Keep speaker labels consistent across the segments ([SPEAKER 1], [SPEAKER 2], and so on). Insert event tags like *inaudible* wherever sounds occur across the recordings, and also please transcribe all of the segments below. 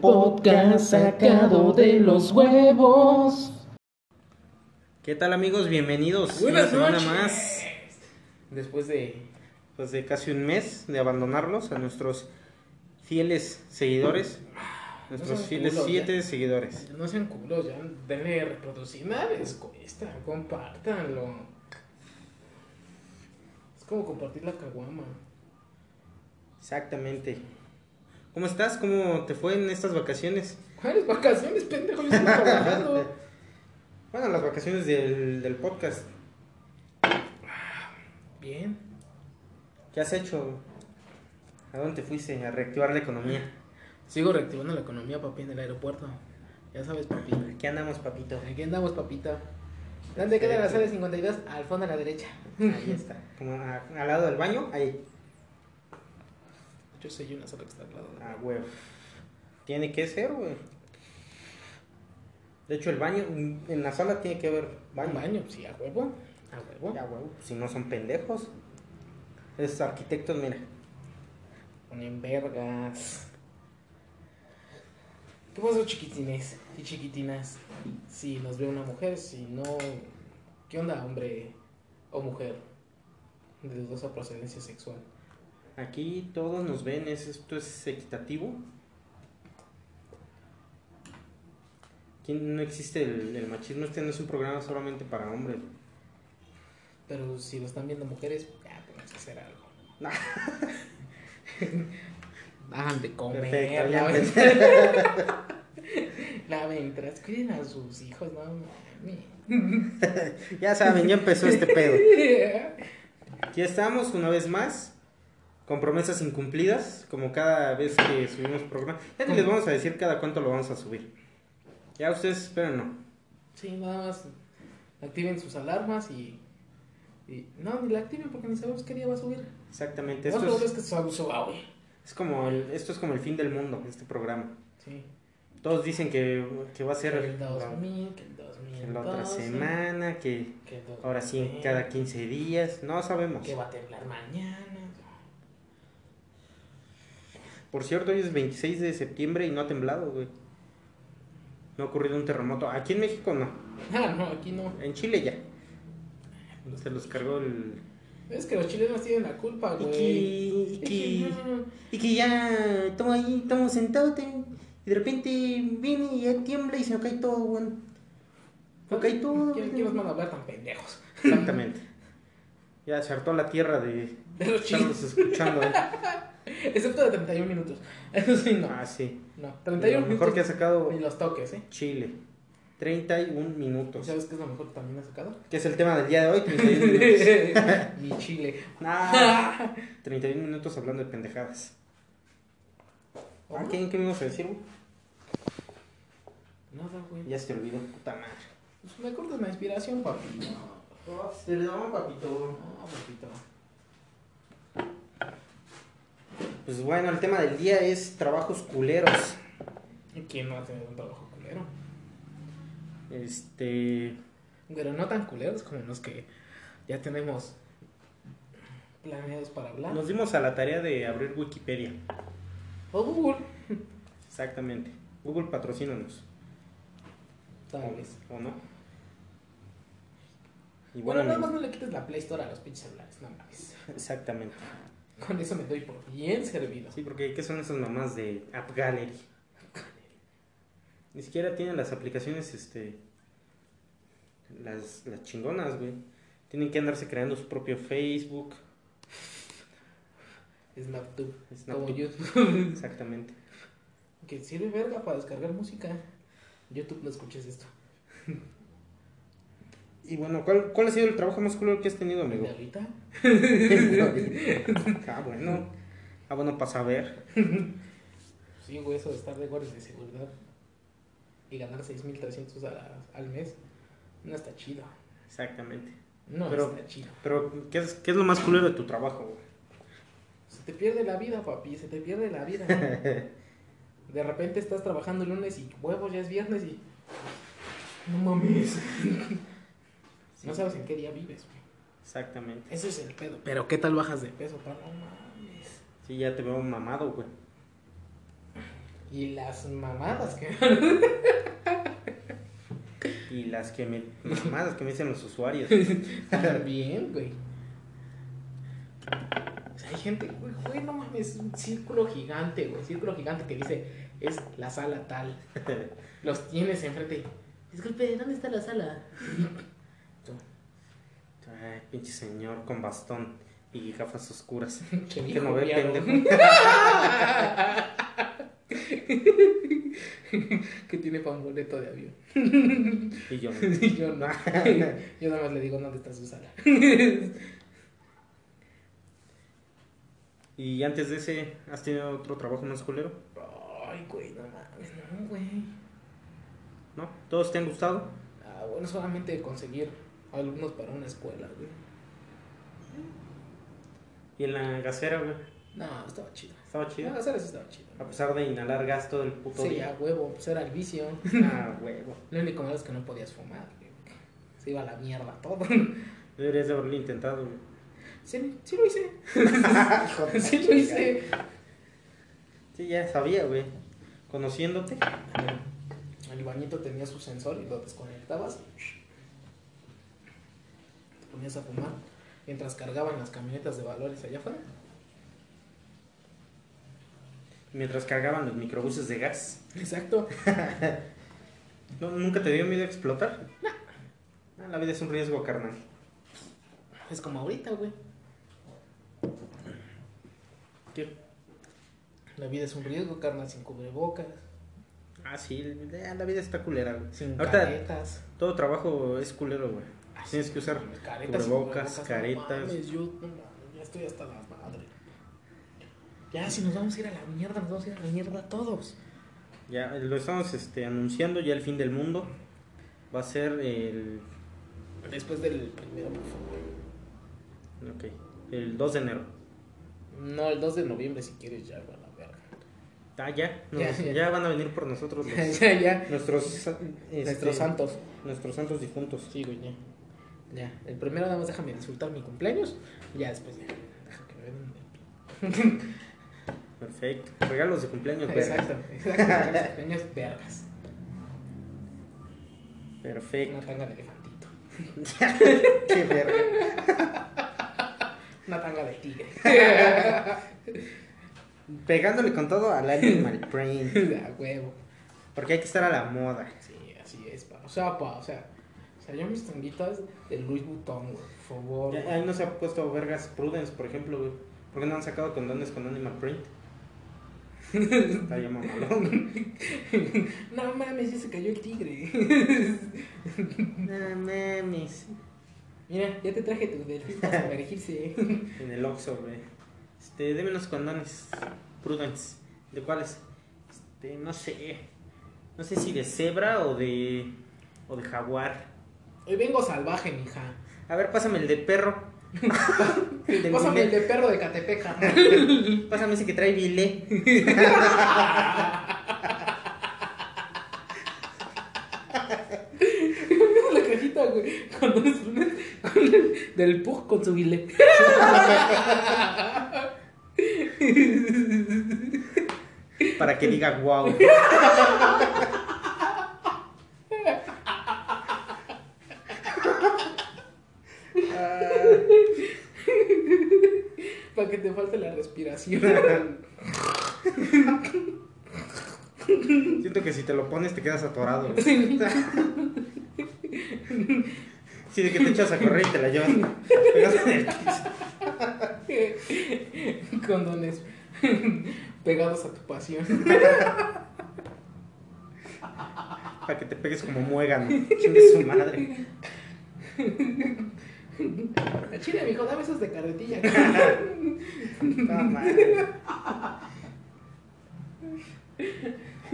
[SPEAKER 1] podcast sacado de los huevos.
[SPEAKER 2] ¿Qué tal amigos? Bienvenidos
[SPEAKER 3] Buenas
[SPEAKER 2] una semana
[SPEAKER 3] noches.
[SPEAKER 2] más,
[SPEAKER 3] Después de.
[SPEAKER 2] pues de casi un mes de abandonarlos a nuestros fieles seguidores, nuestros
[SPEAKER 3] sean
[SPEAKER 2] fieles
[SPEAKER 3] Ah, culos,
[SPEAKER 2] siete
[SPEAKER 3] ya.
[SPEAKER 2] seguidores.
[SPEAKER 3] No sean culos, ya. Denle reproducir. Nada les cuesta. Compártanlo. Es como compartir la caguama.
[SPEAKER 2] Exactamente. ¿Cómo estás? ¿Cómo te fue en estas vacaciones?
[SPEAKER 3] ¿Cuáles vacaciones, pendejo? Yo estoy trabajando.
[SPEAKER 1] *laughs*
[SPEAKER 2] Bueno, las vacaciones del, del podcast.
[SPEAKER 3] Bien.
[SPEAKER 2] ¿Qué has hecho? ¿A dónde te fuiste? A reactivar la economía.
[SPEAKER 3] Sigo reactivando la economía, papi, en el aeropuerto. Ya sabes, papi.
[SPEAKER 2] Aquí andamos, papito.
[SPEAKER 3] Aquí andamos, papita. ¿Dónde queda la sala 52? Al fondo a la derecha.
[SPEAKER 2] Ahí está. Como a- al lado del baño, ahí.
[SPEAKER 3] Yo soy una sala que está al lado. de-
[SPEAKER 2] Ah, huevo. Tiene que ser, güey. De hecho, el baño, mm, en la sala tiene que haber baño.
[SPEAKER 3] Un baño, sí, a huevo. A huevo.
[SPEAKER 2] Ya, huevo. Si no son pendejos. Esos arquitectos, mira.
[SPEAKER 3] Ponen vergas. ¿Qué pasó, chiquitines y chiquitinas? Si nos ve una mujer, si no. ¿Qué onda, hombre o mujer? De dudosa procedencia sexual.
[SPEAKER 2] Aquí todos nos ven, es- esto es equitativo. Aquí no existe el, el machismo, este no es un programa solamente para hombres.
[SPEAKER 3] Pero si lo están viendo mujeres, ya tenemos que hacer
[SPEAKER 2] *laughs*
[SPEAKER 3] algo.
[SPEAKER 2] No.
[SPEAKER 3] Hagan de comer.
[SPEAKER 2] Perfecto, ya
[SPEAKER 3] laven-
[SPEAKER 2] pues. empecé.
[SPEAKER 3] *laughs* laven tras- cuiden a sus hijos, no mames.
[SPEAKER 2] *laughs* Ya saben, ya empezó este pedo. Aquí estamos una vez más con promesas incumplidas, como cada vez que subimos programa. Ya ni les vamos a decir cada cuánto lo vamos a subir. Ya ustedes esperen, no.
[SPEAKER 3] Sí, nada más activen sus alarmas y, y- No, ni la activen porque ni sabemos qué día va a subir.
[SPEAKER 2] Exactamente,
[SPEAKER 3] Lo más
[SPEAKER 2] esto
[SPEAKER 3] probable es
[SPEAKER 2] es,
[SPEAKER 3] que su- suba, güey.
[SPEAKER 2] es como el, esto es como el fin del mundo, este programa.
[SPEAKER 3] Sí.
[SPEAKER 2] Todos dicen que, que va a ser
[SPEAKER 3] el
[SPEAKER 2] la,
[SPEAKER 3] 2000, que el 2000.
[SPEAKER 2] la otra semana, que
[SPEAKER 3] Que el 2000,
[SPEAKER 2] ahora sí en cada 15 días, no sabemos.
[SPEAKER 3] Que va a temblar mañana. *laughs*
[SPEAKER 2] Por cierto, hoy es 26 de septiembre y no ha temblado, güey. No ha ocurrido un terremoto. Aquí en México no,
[SPEAKER 3] Ah, no, aquí no.
[SPEAKER 2] en Chile ya. Se los cargó el,
[SPEAKER 3] Es que los chilenos tienen la culpa,
[SPEAKER 2] Y
[SPEAKER 3] güey.
[SPEAKER 2] que, y
[SPEAKER 3] Es que
[SPEAKER 2] que,
[SPEAKER 3] no.
[SPEAKER 2] y que ya estamos ahí, estamos sentados te- y de repente viene y ya tiembla y se nos cae todo, weón. Nos cae todo.
[SPEAKER 3] ¿Quién,
[SPEAKER 2] weón.
[SPEAKER 3] quién nos manda a hablar tan pendejos? *laughs*
[SPEAKER 2] Exactamente. Ya se hartó la tierra de
[SPEAKER 3] De los chilenos.
[SPEAKER 2] estarnos escuchando. ¿eh?
[SPEAKER 3] Excepto de 31 minutos. *laughs* Eso sí, no.
[SPEAKER 2] Ah, sí.
[SPEAKER 3] No,
[SPEAKER 2] Lo
[SPEAKER 3] 31
[SPEAKER 2] mejor
[SPEAKER 3] minutos.
[SPEAKER 2] que ha sacado
[SPEAKER 3] Ni los toques, ¿eh?
[SPEAKER 2] Chile. 31 minutos.
[SPEAKER 3] ¿Sabes qué es lo mejor que también ha sacado?
[SPEAKER 2] Que es el tema del día de hoy. 31
[SPEAKER 3] *laughs*
[SPEAKER 2] minutos.
[SPEAKER 3] Mi chile.
[SPEAKER 2] Nah, 31 minutos hablando de pendejadas. Ah,
[SPEAKER 3] Ojo.
[SPEAKER 2] ¿Qué, qué me ibas a decir? güey?
[SPEAKER 3] Nada, güey.
[SPEAKER 2] Ya se te olvidó, puta madre.
[SPEAKER 3] Pues me acuerdo de la inspiración, papi. No,
[SPEAKER 2] Perdón, papito.
[SPEAKER 3] no, papito.
[SPEAKER 2] Pues bueno, el tema del día es trabajos culeros.
[SPEAKER 3] ¿Y ¿Quién no ha tenido un trabajo culero?
[SPEAKER 2] Este.
[SPEAKER 3] Pero no tan culeros como los que ya tenemos planeados para hablar.
[SPEAKER 2] Nos dimos a la tarea de abrir Wikipedia.
[SPEAKER 3] O Google.
[SPEAKER 2] Exactamente. Google patrocínanos.
[SPEAKER 3] Tal vez.
[SPEAKER 2] ¿O no? Y
[SPEAKER 3] Bueno,
[SPEAKER 2] bueno,
[SPEAKER 3] nada más
[SPEAKER 2] amigos,
[SPEAKER 3] no le quites la Play Store a los pinches celulares, no mames.
[SPEAKER 2] exactamente.
[SPEAKER 3] Con eso me doy por bien servido.
[SPEAKER 2] Sí, porque ¿qué son esas mamás de App Gallery? Ni siquiera tienen las aplicaciones, este. Las, las chingonas, güey. Tienen que andarse creando su propio Facebook.
[SPEAKER 3] SnapTube.
[SPEAKER 2] Snapchat.
[SPEAKER 3] Como YouTube.
[SPEAKER 2] Exactamente.
[SPEAKER 3] que sirve verga para descargar música. YouTube no escuches esto.
[SPEAKER 2] Y bueno, ¿cuál, cuál ha sido el trabajo más culero que has
[SPEAKER 3] *laughs*
[SPEAKER 2] tenido, amigo?
[SPEAKER 3] ¿De ahorita?
[SPEAKER 2] ah, bueno. Ah, bueno, para saber.
[SPEAKER 3] Sí, güey, eso de estar de guardias de seguridad y ganar 6.300 a- al mes no está chido.
[SPEAKER 2] Exactamente.
[SPEAKER 3] No
[SPEAKER 2] Pero-
[SPEAKER 3] está chido.
[SPEAKER 2] Pero, ¿qué es, qué es lo más culero de tu trabajo? güey?
[SPEAKER 3] Se te pierde la vida, papi, se te pierde la vida. de repente estás trabajando el lunes y huevos, ya es viernes y. No mames. *laughs* No sabes en qué día vives, güey.
[SPEAKER 2] Exactamente.
[SPEAKER 3] Ese es el pedo. Pero ¿qué tal bajas de peso, pa? No mames.
[SPEAKER 2] Sí, ya te veo mamado, güey.
[SPEAKER 3] Y las mamadas que.
[SPEAKER 2] Y las que me, mamadas que me dicen los
[SPEAKER 3] *laughs*
[SPEAKER 2] usuarios.
[SPEAKER 3] También, güey. O sea, hay gente, güey, güey, no mames, un círculo gigante, güey. Círculo gigante que dice, es la sala tal. Los tienes enfrente y. Disculpe, ¿dónde está la sala? *laughs*
[SPEAKER 2] Ay, pinche señor con bastón y gafas oscuras.
[SPEAKER 3] Che,
[SPEAKER 2] Que
[SPEAKER 3] viejo
[SPEAKER 2] no ve
[SPEAKER 3] culiado.
[SPEAKER 2] pendejo.
[SPEAKER 3] que tiene para un boleto de *laughs* avión.
[SPEAKER 2] Y
[SPEAKER 3] *laughs*
[SPEAKER 2] yo.
[SPEAKER 3] Y yo no. Yo nada más le digo dónde está su sala.
[SPEAKER 2] Y antes de ese, ¿has tenido otro trabajo más culero?
[SPEAKER 3] Ay, güey, no mames, no, güey.
[SPEAKER 2] ¿No? ¿Todos te han gustado?
[SPEAKER 3] Ah, bueno, solamente conseguir alumnos para una escuela, güey.
[SPEAKER 2] Y en la gasera, güey.
[SPEAKER 3] No, estaba chido.
[SPEAKER 2] Estaba
[SPEAKER 3] Sí,
[SPEAKER 2] chido.
[SPEAKER 3] no, eso estaba chido.
[SPEAKER 2] A pesar de inhalar gas todo el puto
[SPEAKER 3] Sí, a
[SPEAKER 2] día.
[SPEAKER 3] huevo, pues era el vicio.
[SPEAKER 2] Ah, huevo.
[SPEAKER 3] Lo único malo es que no podías fumar, güey. Se iba a la mierda todo. *laughs*
[SPEAKER 2] Deberías de haberlo intentado, güey.
[SPEAKER 3] Sí, sí lo hice.
[SPEAKER 2] Hijo
[SPEAKER 3] *laughs*
[SPEAKER 2] de
[SPEAKER 3] Sí
[SPEAKER 2] la
[SPEAKER 3] lo hice.
[SPEAKER 2] Sí, ya sabía, güey. Conociéndote.
[SPEAKER 3] El bañito tenía su sensor y lo desconectabas. Te ponías a fumar mientras cargaban las camionetas de valores allá afuera.
[SPEAKER 2] Mientras cargaban los microbuses de gas.
[SPEAKER 3] Exacto.
[SPEAKER 2] ¿No- ¿Nunca te dio miedo a explotar? No. La vida es un riesgo, carnal.
[SPEAKER 3] Es como ahorita, güey.
[SPEAKER 2] ¿Qué?
[SPEAKER 3] La vida es un riesgo, carnal, sin cubrebocas,
[SPEAKER 2] Ah, sí, la la vida está culera, güey.
[SPEAKER 3] sin
[SPEAKER 2] Ahorita-
[SPEAKER 3] caretas.
[SPEAKER 2] Todo trabajo es culero, güey. Ah, Tienes que usar
[SPEAKER 3] Caretas,
[SPEAKER 2] cubrebocas,
[SPEAKER 3] cubrebocas,
[SPEAKER 2] caretas.
[SPEAKER 3] No mames, yo no mames, ya estoy hasta la madre. Ya, si nos vamos a ir a la mierda, nos vamos a ir a la mierda todos.
[SPEAKER 2] Ya lo estamos este, anunciando, ya el fin del mundo. Va a ser el,
[SPEAKER 3] Después del primero, por favor.
[SPEAKER 2] ok, el 2 de enero.
[SPEAKER 3] No, el 2 de noviembre, si quieres, ya, güey, a la verga.
[SPEAKER 2] Ah, ya, nos-
[SPEAKER 3] Ya,
[SPEAKER 2] ya,
[SPEAKER 3] ya.
[SPEAKER 2] van a venir por nosotros los-
[SPEAKER 3] *laughs* ya, ya.
[SPEAKER 2] nuestros, sa- Pues, este,
[SPEAKER 3] Nuestros santos.
[SPEAKER 2] nuestros santos difuntos.
[SPEAKER 3] Sí, güey, ya. Ya, el primero nada más déjame disfrutar mi cumpleaños. y Ya, después ya. Deja que me den el
[SPEAKER 2] *laughs* Perfecto. Regalos de cumpleaños, pues. verga.
[SPEAKER 3] Exacto, exacto. los pequeños vergas.
[SPEAKER 2] Perfecto. *laughs*
[SPEAKER 3] Una tanga de elefantito.
[SPEAKER 2] Qué verga.
[SPEAKER 3] Una tanga de tigre. *laughs*
[SPEAKER 2] Pegándole con todo al *laughs* animal print.
[SPEAKER 3] A huevo.
[SPEAKER 2] Porque hay que estar a la moda.
[SPEAKER 3] Sí, así es, pa. O sea, pa, o sea. O sea, yo mis tanguitas de Louis Vuitton, güey. Por favor.
[SPEAKER 2] Ya- *laughs*
[SPEAKER 3] güey.
[SPEAKER 2] Ahí no se ha puesto vergas Prudence, por ejemplo, güey. ¿Por qué no han sacado condones con animal print? *laughs* Está bien mamalón.
[SPEAKER 3] No mames, ya se cayó el tigre. *laughs*
[SPEAKER 2] No mames.
[SPEAKER 3] Mira, ya te traje tu delfín para sumergirse. *laughs*
[SPEAKER 2] En el Oxxo, güey. Este, deme unos condones. Prudence. ¿De cuáles? Este, no sé. No sé si de cebra o de. o de jaguar.
[SPEAKER 3] Hoy vengo salvaje, mija.
[SPEAKER 2] A ver, pásame el
[SPEAKER 3] *laughs*
[SPEAKER 2] de perro. El del
[SPEAKER 3] Pásame el
[SPEAKER 2] bilé.
[SPEAKER 3] de perro de Catepec, carnal. *laughs*
[SPEAKER 2] Pásame ese que trae bilé.
[SPEAKER 3] la cajita, güey. Con dos lunes. Con el- del pug con su guile. *laughs*
[SPEAKER 2] Para que diga wow.
[SPEAKER 3] Para que te falte la respiración.
[SPEAKER 2] Siento que si te lo pones te quedas atorado. güey.
[SPEAKER 3] *laughs*
[SPEAKER 2] Sí, de que te echas a correr y te la llevas. pegas en el piso.
[SPEAKER 3] Condones *laughs* pegados a tu pasión.
[SPEAKER 2] Para que te pegues como muégano. Chingue su madre.
[SPEAKER 3] Al Chile, mijo, dame esos de carretilla. *laughs*
[SPEAKER 2] No, madre.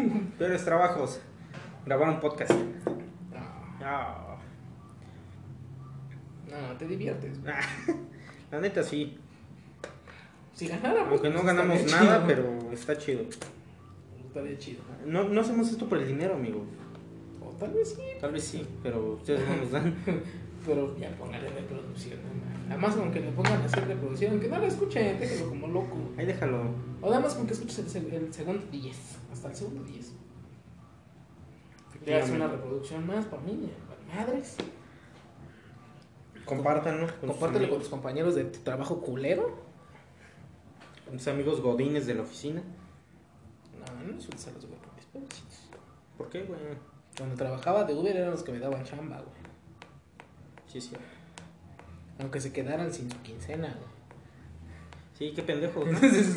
[SPEAKER 2] *laughs* Peores trabajos. Grabar un podcast.
[SPEAKER 3] No,
[SPEAKER 2] Ah,
[SPEAKER 3] no, te diviertes. güey.
[SPEAKER 2] La neta sí.
[SPEAKER 3] Si ganáramos.
[SPEAKER 2] Aunque no
[SPEAKER 3] pues,
[SPEAKER 2] ganamos
[SPEAKER 3] estaría
[SPEAKER 2] nada,
[SPEAKER 3] chido. pues,
[SPEAKER 2] pero está chido.
[SPEAKER 3] Estaría chido.
[SPEAKER 2] No, no hacemos esto por el dinero, amigo.
[SPEAKER 3] O tal vez sí.
[SPEAKER 2] Tal vez sí, pero ustedes no nos dan.
[SPEAKER 3] Pero ya póngale reproducción, no mames. Además, aunque le pongan a hacer reproducción, aunque no la escuchen, déjelo como loco.
[SPEAKER 2] Ahí déjalo.
[SPEAKER 3] O nada más con que escuches el, seg- el segundo 10, hasta el segundo 10. Ya es una reproducción más para mí, para madres.
[SPEAKER 2] Compártanlo. con sus
[SPEAKER 3] Compártelo con
[SPEAKER 2] amigos,
[SPEAKER 3] tus compañeros de tu trabajo culero.
[SPEAKER 2] con tus amigos godines de la oficina.
[SPEAKER 3] No, no insultes a los güeyes, pobrecitos.
[SPEAKER 2] ¿Por qué, güey?
[SPEAKER 3] Cuando trabajaba de Uber eran los que me daban chamba, güey.
[SPEAKER 2] Sí, sí.
[SPEAKER 3] Aunque se quedaran sin su quincena, güey.
[SPEAKER 2] *laughs* Sí, qué pendejo. *laughs*
[SPEAKER 3] *laughs*
[SPEAKER 2] ¿no?
[SPEAKER 3] Entonces,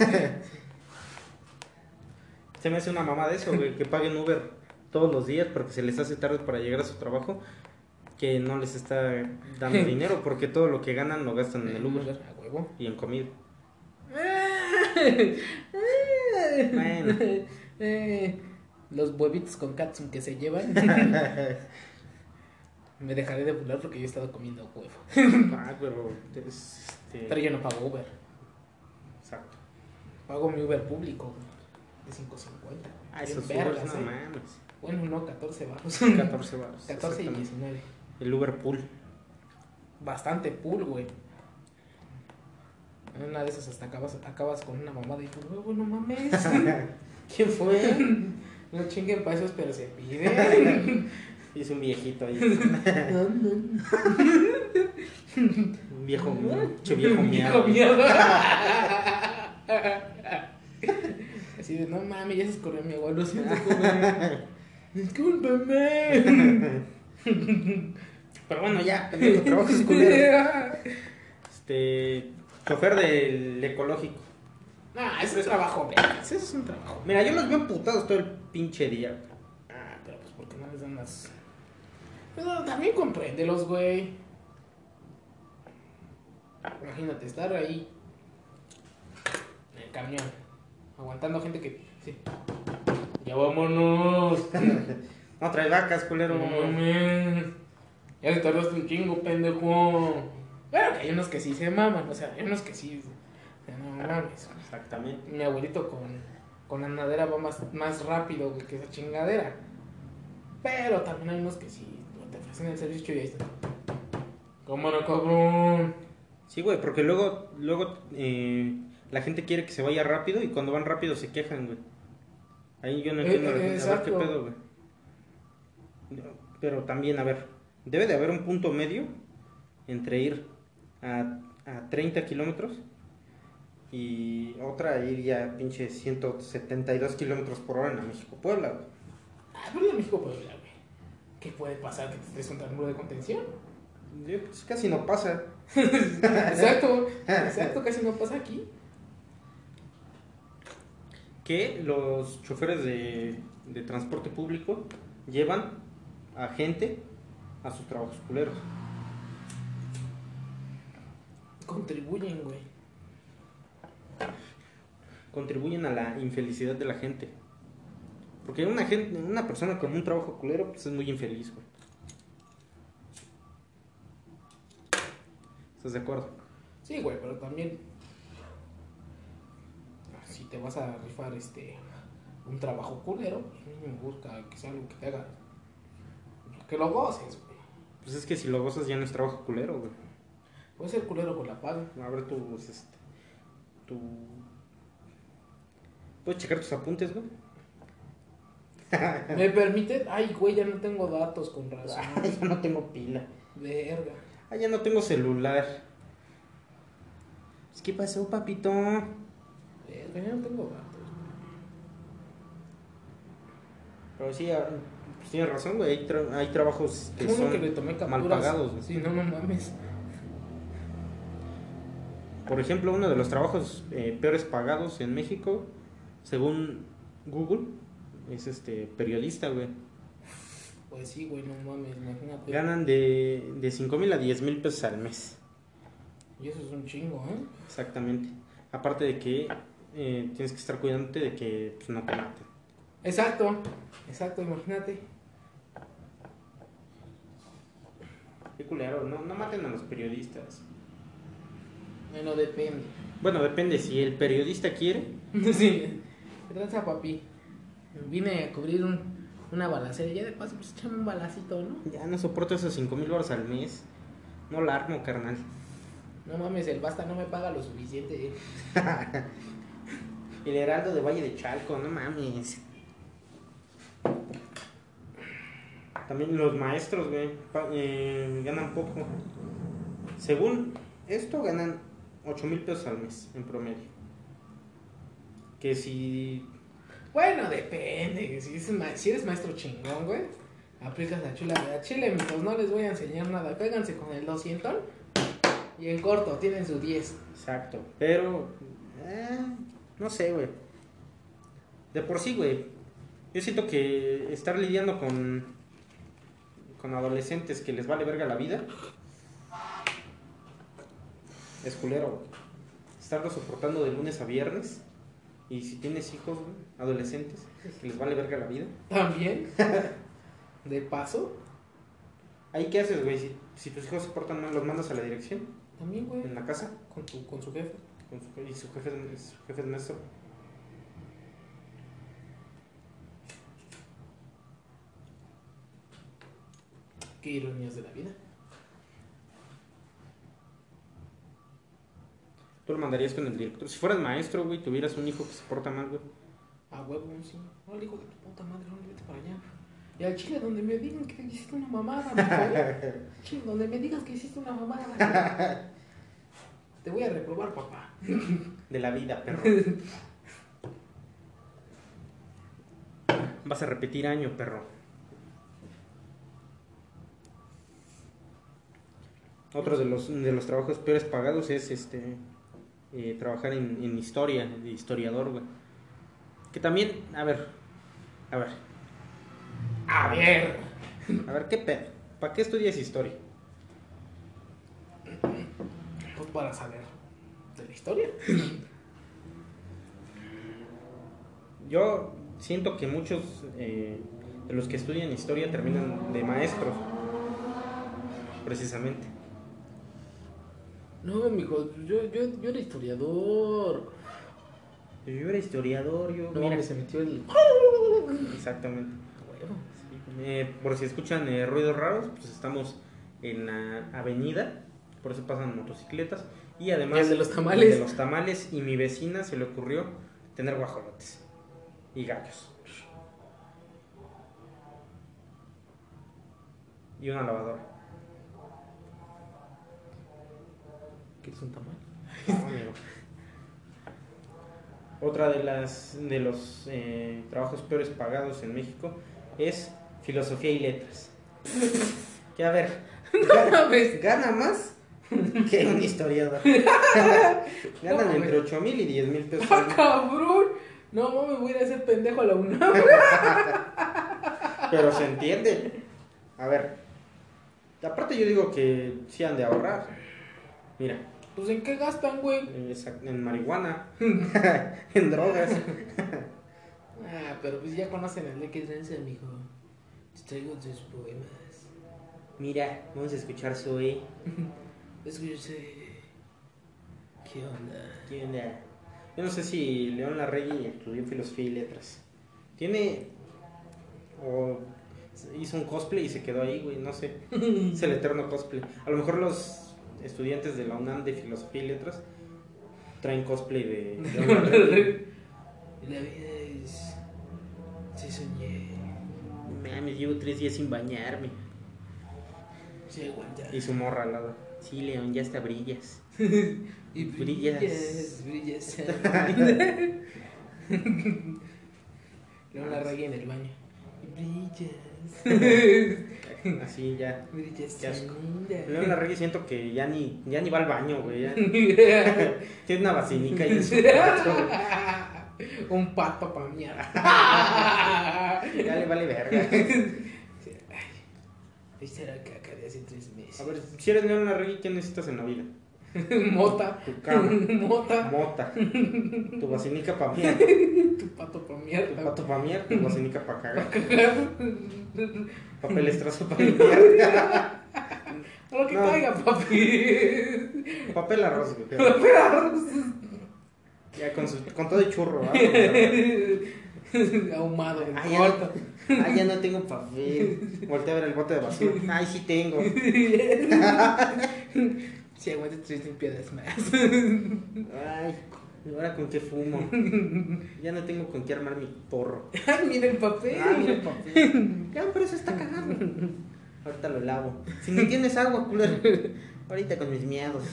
[SPEAKER 2] Se me hace una mamá de eso, güey, que paguen Uber todos los días porque se les hace tarde para llegar a su trabajo, que no les está dando dinero porque todo lo que ganan lo gastan en el Uber
[SPEAKER 3] a huevo.
[SPEAKER 2] y en comida.
[SPEAKER 3] bueno. Eh, Los huevitos con katsun que se
[SPEAKER 2] *laughs*
[SPEAKER 3] llevan. me dejaré de burlar porque yo he estado comiendo huevo.
[SPEAKER 2] Ah, pero es, este,
[SPEAKER 3] Pero yo no pago Uber.
[SPEAKER 2] exacto.
[SPEAKER 3] Pago mi Uber público, güey, De 5.50.
[SPEAKER 2] Ah,
[SPEAKER 3] Bien
[SPEAKER 2] esos
[SPEAKER 3] vergas,
[SPEAKER 2] Ubers, no
[SPEAKER 3] ¿eh?
[SPEAKER 2] mames.
[SPEAKER 3] Bueno, no, 14
[SPEAKER 2] *laughs*
[SPEAKER 3] bajos.
[SPEAKER 2] 14 baros.
[SPEAKER 3] 14 y 19.
[SPEAKER 2] El Uber Pool.
[SPEAKER 3] Bastante pool, güey. En una de esas hasta acabas, acabas con una mamada y tú, "Güey, güey, no
[SPEAKER 2] *laughs*
[SPEAKER 3] mames.
[SPEAKER 2] ¿Quién *laughs* fue?
[SPEAKER 3] No chinguen pasos, pero se
[SPEAKER 2] *laughs*
[SPEAKER 3] pide.
[SPEAKER 2] Hice un viejito ahí.
[SPEAKER 3] No, no, no.
[SPEAKER 2] Un viejo, mucho viejo
[SPEAKER 3] Viejo
[SPEAKER 2] miado.
[SPEAKER 3] miado. Así de, no mames, ya se escorrió mi agua, lo siento, joven. *laughs* Discúlpeme.
[SPEAKER 2] *laughs* Pero bueno, ya, pendejo, trabajos
[SPEAKER 3] *laughs*
[SPEAKER 2] culeros. Este, chofer del ecológico.
[SPEAKER 3] Nah, eso es trabajo, vergas, eso es un trabajo.
[SPEAKER 2] Mira, yo los veo emputados todo el pinche día.
[SPEAKER 3] Ah, pero pues porque no les dan las. Pero también compréndelos, güey. Imagínate estar ahí en el camión, aguantando gente que. Sí. Ya vámonos.
[SPEAKER 2] No trae vacas, culero.
[SPEAKER 3] Pero mames. Ya te tardaste un chingo, pendejo. Claro que hay unos que sí se maman, o sea, hay unos que sí. o sea, No mames.
[SPEAKER 2] Exactamente.
[SPEAKER 3] Mi abuelito con, con la nadera va más, más rápido güey, que esa chingadera. Pero también hay unos que sí te ofrecen el servicio y ahí está. Cámara, cabrón.
[SPEAKER 2] Sí, güey, porque luego, luego eh, la gente quiere que se vaya rápido y cuando van rápido se quejan, güey. Ahí yo no
[SPEAKER 3] Eh,
[SPEAKER 2] entiendo
[SPEAKER 3] eh,
[SPEAKER 2] la gente. A ver qué
[SPEAKER 3] exacto.
[SPEAKER 2] pedo, güey. Pero también, a ver, debe de haber un punto medio entre ir a, a 30 kilómetros y otra ir ya a pinche 172 kilómetros por hora en la México-Puebla, güey.
[SPEAKER 3] Ah, pero de México puede hablar, güey. ¿Qué puede pasar? ¿Que te traes un muro de contención?
[SPEAKER 2] Yo, pues, casi no pasa.
[SPEAKER 3] exacto, exacto, casi no pasa aquí.
[SPEAKER 2] que los choferes de, de transporte público llevan a gente a sus trabajos culeros.
[SPEAKER 3] Contribuyen, güey.
[SPEAKER 2] Contribuyen a la infelicidad de la gente. Porque una, gente, una persona con un trabajo culero pues es muy infeliz, güey. ¿Estás de acuerdo?
[SPEAKER 3] Sí, güey, pero también. ah, Si te vas a rifar este un trabajo culero, pues mínimo busca que sea algo que te haga. Que lo goces, güey.
[SPEAKER 2] Pues es que si lo gozas ya no es trabajo culero, güey.
[SPEAKER 3] Puede ser culero con la
[SPEAKER 2] *laughs*
[SPEAKER 3] paga.
[SPEAKER 2] Abre tus, este, tu... ¿Puedes checar tus apuntes, güey?
[SPEAKER 3] ¿Me permite? Ay, güey, ya no tengo datos con razón.
[SPEAKER 2] *laughs* ya no tengo pila.
[SPEAKER 3] Verga.
[SPEAKER 2] Ah, ya no tengo celular. Pues, ¿Qué pasó, papito?
[SPEAKER 3] Verga, ya no tengo datos.
[SPEAKER 2] Pero sí, ah, pues tienes razón, güey. Hay, tra- hay trabajos que
[SPEAKER 3] Es uno
[SPEAKER 2] son
[SPEAKER 3] que le tomé capturas.
[SPEAKER 2] mal pagados. güey.
[SPEAKER 3] Sí, no, no mames.
[SPEAKER 2] Por ejemplo, uno de los trabajos eh, peores pagados en México, según Google, es este periodista, güey.
[SPEAKER 3] Pues sí, güey, no mames, imagínate.
[SPEAKER 2] Ganan de, de 5 mil a 10 mil pesos al mes.
[SPEAKER 3] Y eso es un chingo, ¿eh?
[SPEAKER 2] Exactamente. Aparte de que eh, tienes que estar cuidándote de que pues, no te maten.
[SPEAKER 3] Exacto, exacto, imagínate.
[SPEAKER 2] Qué culero, no, no maten a los periodistas.
[SPEAKER 3] Bueno, depende.
[SPEAKER 2] Bueno, depende si el periodista quiere.
[SPEAKER 3] *laughs* Sí. ¿Qué tranza, papi? Vine a cubrir un, una balacera. Ya de paso, pues échame un balacito, ¿no?
[SPEAKER 2] Ya no soporto esos 5 mil baros al mes. No la armo, carnal.
[SPEAKER 3] No mames, el basta no me paga lo suficiente.
[SPEAKER 2] El Heraldo de Valle de Chalco, no mames. También los maestros, güey, pa- eh, ganan poco. Según esto, ganan 8 mil pesos al mes en promedio. Que si.
[SPEAKER 3] Bueno, depende. Si, es ma- si eres maestro chingón, güey, aplicas la chula de Chile, mientras no les voy a enseñar nada. Cáiganse con el 200 y en corto tienen su 10.
[SPEAKER 2] Exacto. Pero. eh, no sé, güey. De por sí, güey. Yo siento que estar lidiando con. con adolescentes que les vale verga la vida. Es culero, güey. Estarlo soportando de lunes a viernes. Y si tienes hijos, güey, adolescentes, que les vale verga la vida.
[SPEAKER 3] También, *laughs* de paso,
[SPEAKER 2] ¿Ahí qué haces, güey? Si, si tus hijos se portan mal, los mandas a la dirección,
[SPEAKER 3] también, güey,
[SPEAKER 2] en la casa,
[SPEAKER 3] con, tu, con su jefe.
[SPEAKER 2] con su, y su jefe, es- su jefe es maestro.
[SPEAKER 3] Qué ironías de la vida.
[SPEAKER 2] Tú lo mandarías con el director. Si fueras maestro, güey, tuvieras un hijo que se porta mal, güey.
[SPEAKER 3] A huevo, sí. No, hijo de tu puta madre, no vete para allá. Y al chile, donde me digan que hiciste una mamada, por favor. *laughs* Chile, donde me digas que hiciste una mamada. *laughs* Te voy a reprobar, papá.
[SPEAKER 2] De la vida, perro. Vas a repetir año, perro. Otro de los, de los trabajos peores pagados es este eh, trabajar en, en historia, de historiador, güey. Que también, a ver, a ver,
[SPEAKER 3] A ver.
[SPEAKER 2] a ver, ¿qué pedo? ¿Para qué estudias historia?
[SPEAKER 3] Pues para saber de la historia.
[SPEAKER 2] Yo siento que muchos eh, de los que estudian historia terminan de maestros, precisamente.
[SPEAKER 3] No, mijo, yo, yo, yo era historiador.
[SPEAKER 2] Yo era historiador, yo...
[SPEAKER 3] *laughs* No,
[SPEAKER 2] mira,
[SPEAKER 3] se metió el.
[SPEAKER 2] exactamente. Eh, por si escuchan eh, ruidos raros, pues estamos en la avenida, por eso pasan motocicletas. Y además...
[SPEAKER 3] Y el de los tamales.
[SPEAKER 2] el de los tamales y mi vecina se le ocurrió tener guajolotes y gallos. Y una lavadora.
[SPEAKER 3] ¿Qué es un tamal?
[SPEAKER 2] No, amigo. Otra de las de los eh, trabajos peores pagados en México es filosofía y letras. Que a ver, gana,
[SPEAKER 3] *laughs* mames.
[SPEAKER 2] gana más *laughs* que un historiador. Ganan
[SPEAKER 3] No,
[SPEAKER 2] entre
[SPEAKER 3] mames.
[SPEAKER 2] 8 mil y 10 mil
[SPEAKER 3] *laughs*
[SPEAKER 2] pesos.
[SPEAKER 3] ¡Ah, cabrón! No mames, voy a ir a hacer pendejo a la UNAM.
[SPEAKER 2] Pero se entiende. A ver, aparte yo digo que sí han de ahorrar. Mira,
[SPEAKER 3] Pues en qué gastan, güey.
[SPEAKER 2] en esa- en marihuana, *laughs* en drogas.
[SPEAKER 3] Ah, pero pues ya conocen el de que Dense, mijo. Te traigo tus poemas.
[SPEAKER 2] Mira, vamos a escuchar su E.
[SPEAKER 3] Es que yo sé. ¿Qué
[SPEAKER 2] *laughs*
[SPEAKER 3] onda?
[SPEAKER 2] Tiene- Yo no sé si León Larregui estudió filosofía y letras. Tiene. O hizo un cosplay y se quedó ahí, güey, no sé. Es el eterno cosplay. A lo mejor los estudiantes de la UNAM de filosofía y letras traen cosplay de *laughs* León Larregui.
[SPEAKER 3] La vida es. Sí, soñé.
[SPEAKER 2] No Mames, llevo tres días sin bañarme.
[SPEAKER 3] Sí, aguanta.
[SPEAKER 2] Y su morra al lado. Sí, León, ya hasta brillas.
[SPEAKER 3] Y
[SPEAKER 2] brillas.
[SPEAKER 3] brillas. Brillas. Luego la raya en el baño. Y
[SPEAKER 2] *laughs*
[SPEAKER 3] brillas.
[SPEAKER 2] *laughs* Así ya.
[SPEAKER 3] brillas.
[SPEAKER 2] Qué asco.
[SPEAKER 3] tan linda.
[SPEAKER 2] León Larregui siento que ya ni, ya ni va al baño, güey. ya. Tiene una vacinica ahí en su cuarto, güey.
[SPEAKER 3] *laughs* Un pato pa' mierda. *laughs*
[SPEAKER 2] Ya le vale verga.
[SPEAKER 3] Esta era caca de hace tres meses.
[SPEAKER 2] A ver, si eres León Larregui, ¿qué necesitas en la vida?
[SPEAKER 3] *laughs* Mota.
[SPEAKER 2] Tu cama,
[SPEAKER 3] *laughs* Mota.
[SPEAKER 2] mota, tu vacinica pa' mierda,
[SPEAKER 3] Tu pato pa'
[SPEAKER 2] tu
[SPEAKER 3] mierda. *laughs*
[SPEAKER 2] pato pa' mierda, tu vacinica pa' cagar,
[SPEAKER 3] Lo
[SPEAKER 2] papel estrazo pa' limpiar,
[SPEAKER 3] que
[SPEAKER 2] No.
[SPEAKER 3] caiga, papi. *laughs*
[SPEAKER 2] papel arroz, güey.
[SPEAKER 3] Pero-
[SPEAKER 2] ¿ah? Ya con, su- con todo el churro, ¿verdad?
[SPEAKER 3] Ahumado, en
[SPEAKER 2] Ay, ya-
[SPEAKER 3] corto.
[SPEAKER 2] Ay, Ah, ya no tengo papel. Volté a ver el bote de basura. Ay, sí tengo.
[SPEAKER 3] Si aguantas tres limpiadas más. *laughs*
[SPEAKER 2] Ay, ¿y ahora con qué fumo? Ya no tengo con qué armar mi porro.
[SPEAKER 3] Ay, Ah, mira el papel.
[SPEAKER 2] Ay, mira el papel. Ya, pero eso está cagado. Ahorita lo lavo. Si ni tienes agua, culero. Ahorita con mis miedos.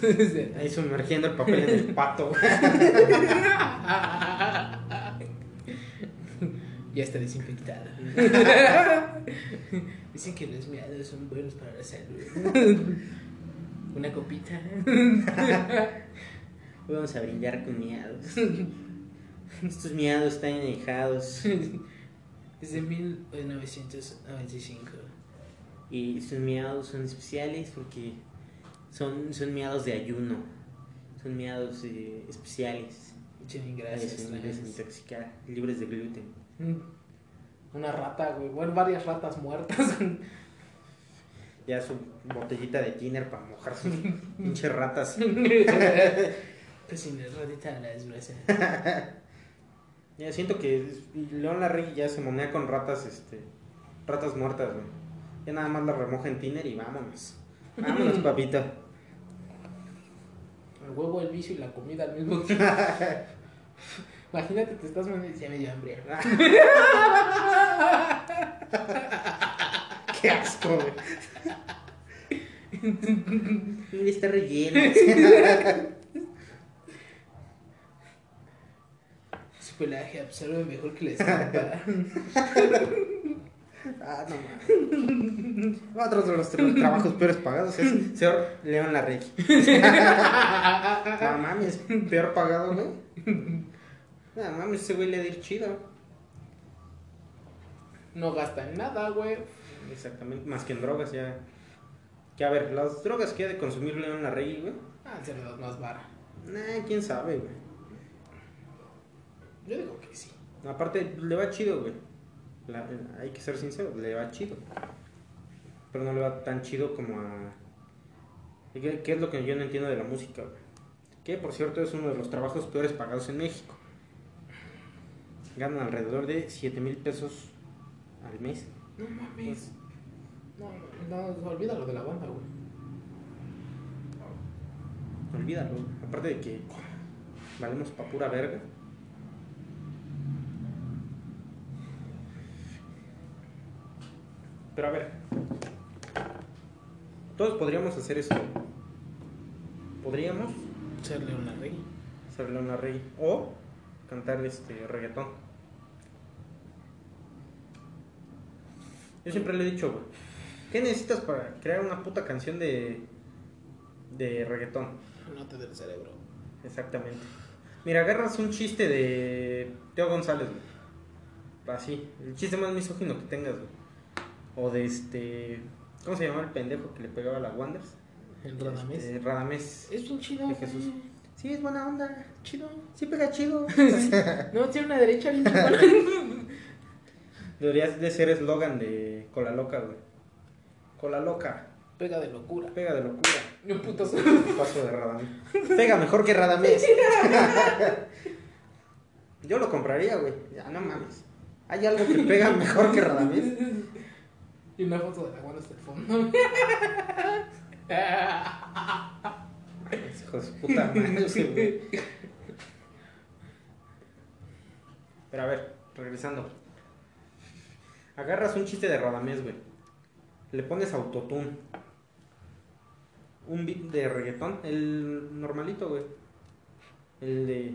[SPEAKER 2] Ahí sumergiendo el papel en el pato.
[SPEAKER 3] "Ah, ya está desinfectada. *laughs* Dicen que los miados son buenos para la salud. *laughs* Una copita.
[SPEAKER 2] Hoy vamos a brindar con miados. Estos miados están enejados.
[SPEAKER 3] Desde 1995.
[SPEAKER 2] Y sus miados son especiales porque son, son miados de ayuno. Son miados eh, especiales.
[SPEAKER 3] Muchas gracias.
[SPEAKER 2] Libres de
[SPEAKER 3] gracias.
[SPEAKER 2] intoxicar, libres de gluten.
[SPEAKER 3] Mm. Una rata, güey. Bueno, varias ratas muertas. *laughs*
[SPEAKER 2] Ya su botellita de tiner para mojar *laughs* sus pinches
[SPEAKER 3] *laughs*
[SPEAKER 2] ratas.
[SPEAKER 3] pues sin el ratita la desgracia.
[SPEAKER 2] Ya siento que es- León Larregui ya se monea con ratas, este, ratas muertas, güey. Ya nada más las remoja en tiner y vámonos. *laughs* Vámonos, papito.
[SPEAKER 3] El huevo, el vicio y la comida al mismo
[SPEAKER 2] *laughs*
[SPEAKER 3] tiempo. Imagínate, te estás mandando. Ya me dio hambre.
[SPEAKER 2] *laughs* Qué asco, güey. Mira, está relleno. *laughs*
[SPEAKER 3] Su pelaje pues, absorbe mejor que la estampa.
[SPEAKER 2] Ah, no mames. Otro de los tra- trabajos peores pagados es ser León *laughs* Larregui. No mames, peor pagado, güey. No mames, ese güey le ha de ir chido.
[SPEAKER 3] no gasta en nada, güey.
[SPEAKER 2] Exactamente, más que en drogas ya. Que a ver, las drogas que ha de consumir León Larregui, güey.
[SPEAKER 3] Ah, se le da más vara.
[SPEAKER 2] Nah, quién sabe, güey.
[SPEAKER 3] Yo digo que sí.
[SPEAKER 2] Aparte, le va chido, güey. La- hay que ser sincero, le va chido. Pero no le va tan chido como a. ¿Qué, qué es lo que yo no entiendo de la música, güey? Que por cierto es uno de los trabajos peores pagados en México. Ganan alrededor de 7 mil pesos al mes.
[SPEAKER 3] No mames. No, no, no, olvídalo de la banda, güey.
[SPEAKER 2] Olvídalo. güey. Aparte de que valemos pa' pura verga. Pero a ver. Todos podríamos hacer esto. Podríamos
[SPEAKER 3] Serle una rey.
[SPEAKER 2] ser Leona Rey. O cantar este reggaetón. Yo siempre le he dicho, güey. ¿Qué necesitas para crear una puta canción de. de reggaetón?
[SPEAKER 3] No te dé el cerebro.
[SPEAKER 2] Exactamente. Mira, agarras un chiste de Teo González, güey. Así, el chiste más misógino que tengas, güey. O de este. ¿Cómo se llamaba el pendejo que le pegaba a la Wanders?
[SPEAKER 3] El Radamés.
[SPEAKER 2] Este, Radamés.
[SPEAKER 3] Es un chido.
[SPEAKER 2] De
[SPEAKER 3] güey.
[SPEAKER 2] Jesús. Sí, es buena onda.
[SPEAKER 3] Chido.
[SPEAKER 2] Sí, pega chido.
[SPEAKER 3] No, tiene una derecha bien chingona.
[SPEAKER 2] *laughs* Deberías de ser eslogan de Cola Loca, güey. Cola Loca,
[SPEAKER 3] *laughs* Pega de locura.
[SPEAKER 2] pega de locura.
[SPEAKER 3] Y un puto
[SPEAKER 2] Paso de Radamés. Pega mejor que Radamés. Yo lo compraría, güey. Ya, no mames. ¿Hay algo que pega mejor que Radamés?
[SPEAKER 3] *laughs* Y una foto de la guana hasta el fondo. *laughs* Ah,
[SPEAKER 2] Hijo de su puta
[SPEAKER 3] *laughs*
[SPEAKER 2] madre, ese güey. Pero a ver, regresando. Agarras un chiste de Radamés, güey. Le pones autotune. Un beat de reggaetón, el normalito, güey. El de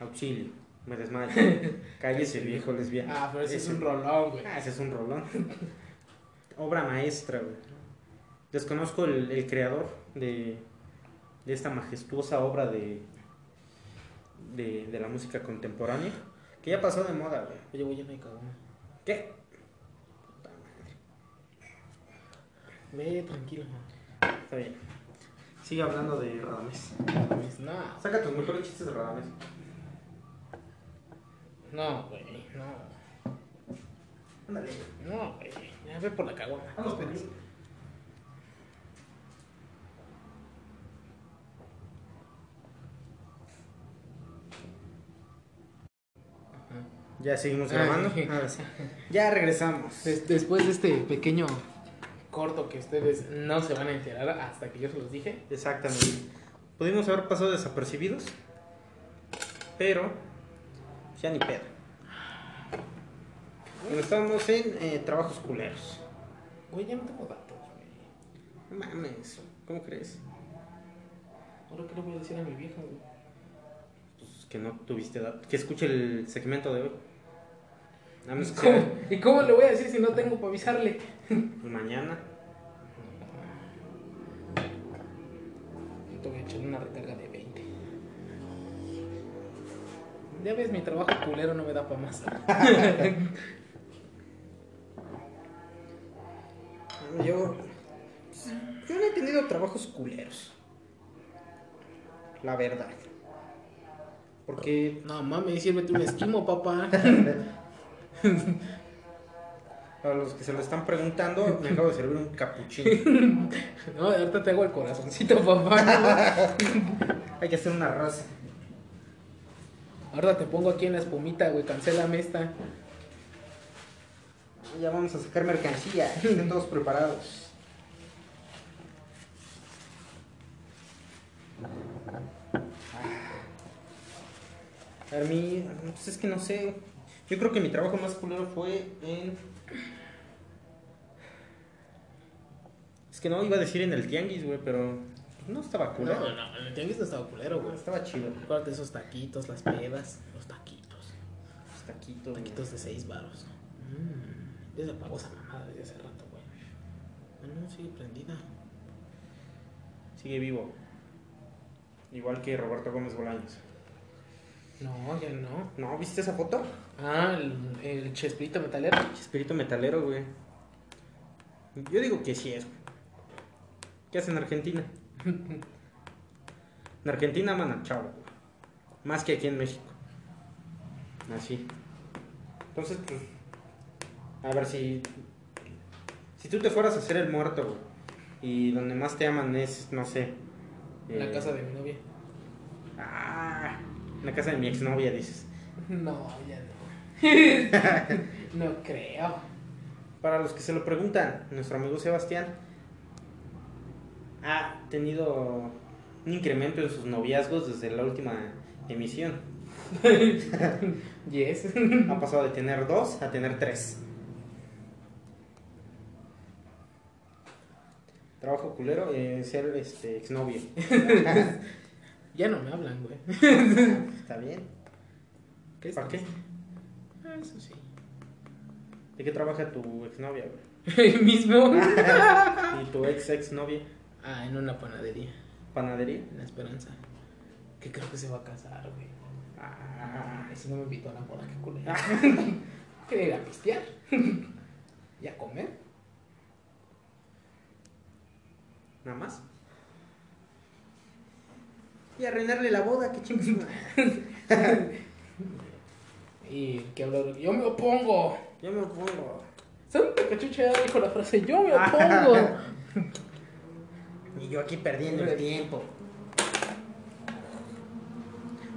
[SPEAKER 2] auxilio,
[SPEAKER 3] *laughs*
[SPEAKER 2] me desmayo. Cállese, viejo lesbiano.
[SPEAKER 3] ah, pero ese es un rolón, güey.
[SPEAKER 2] Ah, ese es un rolón. *laughs* Obra maestra, güey. Desconozco el, el creador de, de esta majestuosa obra de, de, de la música contemporánea. Que ya pasó de moda, güey.
[SPEAKER 3] Oye, güey, ya me cagó.
[SPEAKER 2] ¿Qué?
[SPEAKER 3] Ve, tranquilo.
[SPEAKER 2] Está bien. Sigue hablando de Radames.
[SPEAKER 3] Pues No,
[SPEAKER 2] Saca tus mejores chistes de Radames.
[SPEAKER 3] no, güey, no.
[SPEAKER 2] Ándale.
[SPEAKER 3] No, güey. Ya ve por la caguama.
[SPEAKER 2] Vamos, pendejo. Ya seguimos grabando.
[SPEAKER 3] Ay.
[SPEAKER 2] Ah, sí. Ya regresamos.
[SPEAKER 3] Des- después de este pequeño corto que ustedes no se van a enterar hasta que yo se los dije.
[SPEAKER 2] Exactamente. Pudimos haber pasado desapercibidos, pero ya ni pedo. Bueno, estábamos en eh, trabajos culeros.
[SPEAKER 3] Güey, ya no tengo datos, güey.
[SPEAKER 2] No mames, ¿cómo crees?
[SPEAKER 3] Ahora qué le voy a decir a mi vieja, güey.
[SPEAKER 2] Pues que no tuviste edad. Que escuche el segmento de hoy. A menos que
[SPEAKER 3] ¿Cómo?
[SPEAKER 2] sea
[SPEAKER 3] ¿Y cómo le voy a decir si no tengo para avisarle?
[SPEAKER 2] mañana.
[SPEAKER 3] Yo te voy a echar una recarga de 20. Ya ves, mi trabajo culero no me da para más.
[SPEAKER 2] Bueno, Yo, pues, yo no he tenido trabajos culeros. La verdad. Porque
[SPEAKER 3] No mames, sírvete un esquimo, papá. *laughs*
[SPEAKER 2] para los que se lo están preguntando, me acabo de servir un *laughs* capuchino.
[SPEAKER 3] No, ahorita te hago el corazoncito, papá.
[SPEAKER 2] Hay que hacer una raza.
[SPEAKER 3] Ahorita te pongo aquí en la espumita, güey. Cancélame esta.
[SPEAKER 2] Ya vamos a sacar mercancía. *laughs* Estén todos preparados. Ah. A ver, mi. Pues es que no sé. Yo creo que mi trabajo más culero fue en. Es que no iba a decir en el tianguis, güey, pero. No estaba culero.
[SPEAKER 3] no, el tianguis no estaba culero,
[SPEAKER 2] Estaba chido.
[SPEAKER 3] Acuérdate de esos taquitos, las pedas, los taquitos.
[SPEAKER 2] Los taquitos. pues, güey.
[SPEAKER 3] Taquitos de 6 baros. Mmm. Ya se apagó esa mamada desde hace rato, güey. Ah, no, sigue prendida.
[SPEAKER 2] Sigue vivo. Igual que Roberto Gómez Bolaños.
[SPEAKER 3] No, ya no.
[SPEAKER 2] ¿No? ¿Viste esa foto?
[SPEAKER 3] Ah, el, el chespirito metalero.
[SPEAKER 2] Espíritu metalero, güey. Yo digo que sí es. güey. ¿Qué hace
[SPEAKER 3] *laughs*
[SPEAKER 2] en Argentina? en Argentina aman al chavo, güey. Más que aquí en México. Así. Entonces, pues. A ver si. Si tú te fueras a hacer el muerto, güey. Y donde más te aman es, no sé.
[SPEAKER 3] En la
[SPEAKER 2] eh,
[SPEAKER 3] casa de mi novia.
[SPEAKER 2] Ah, en la casa de mi exnovia, dices.
[SPEAKER 3] *laughs* No, ya no. *laughs* no creo.
[SPEAKER 2] Para los que se lo preguntan, nuestro amigo Sebastián ha tenido un incremento en sus noviazgos desde la última emisión.
[SPEAKER 3] Yes. *laughs*
[SPEAKER 2] Ha pasado de tener dos a tener tres. Trabajo culero, eh, ser este, *laughs* exnovio.
[SPEAKER 3] ya no me hablan, güey.
[SPEAKER 2] Está bien.
[SPEAKER 3] ¿Qué es
[SPEAKER 2] ¿Para qué?
[SPEAKER 3] Ah, eso sí. *laughs*
[SPEAKER 2] ¿De qué trabaja tu exnovia, güey?
[SPEAKER 3] El mismo. *laughs*
[SPEAKER 2] ¿Y tu ex exnovia?
[SPEAKER 3] ah, en una panadería.
[SPEAKER 2] ¿Panadería?
[SPEAKER 3] En la esperanza. Que creo que se va a casar, güey.
[SPEAKER 2] Ah,
[SPEAKER 3] Ay, si no me invitó a la boda, qué *laughs* culera. Quería ir a pistear. *laughs* y a comer.
[SPEAKER 2] ¿Nada más? Y arruinarle la boda, qué chingos.
[SPEAKER 3] Y que hablar. Yo me opongo.
[SPEAKER 2] Yo me opongo.
[SPEAKER 3] Santa Cachucha ya dijo la frase, yo me *laughs* opongo.
[SPEAKER 2] Y yo aquí perdiendo el tiempo.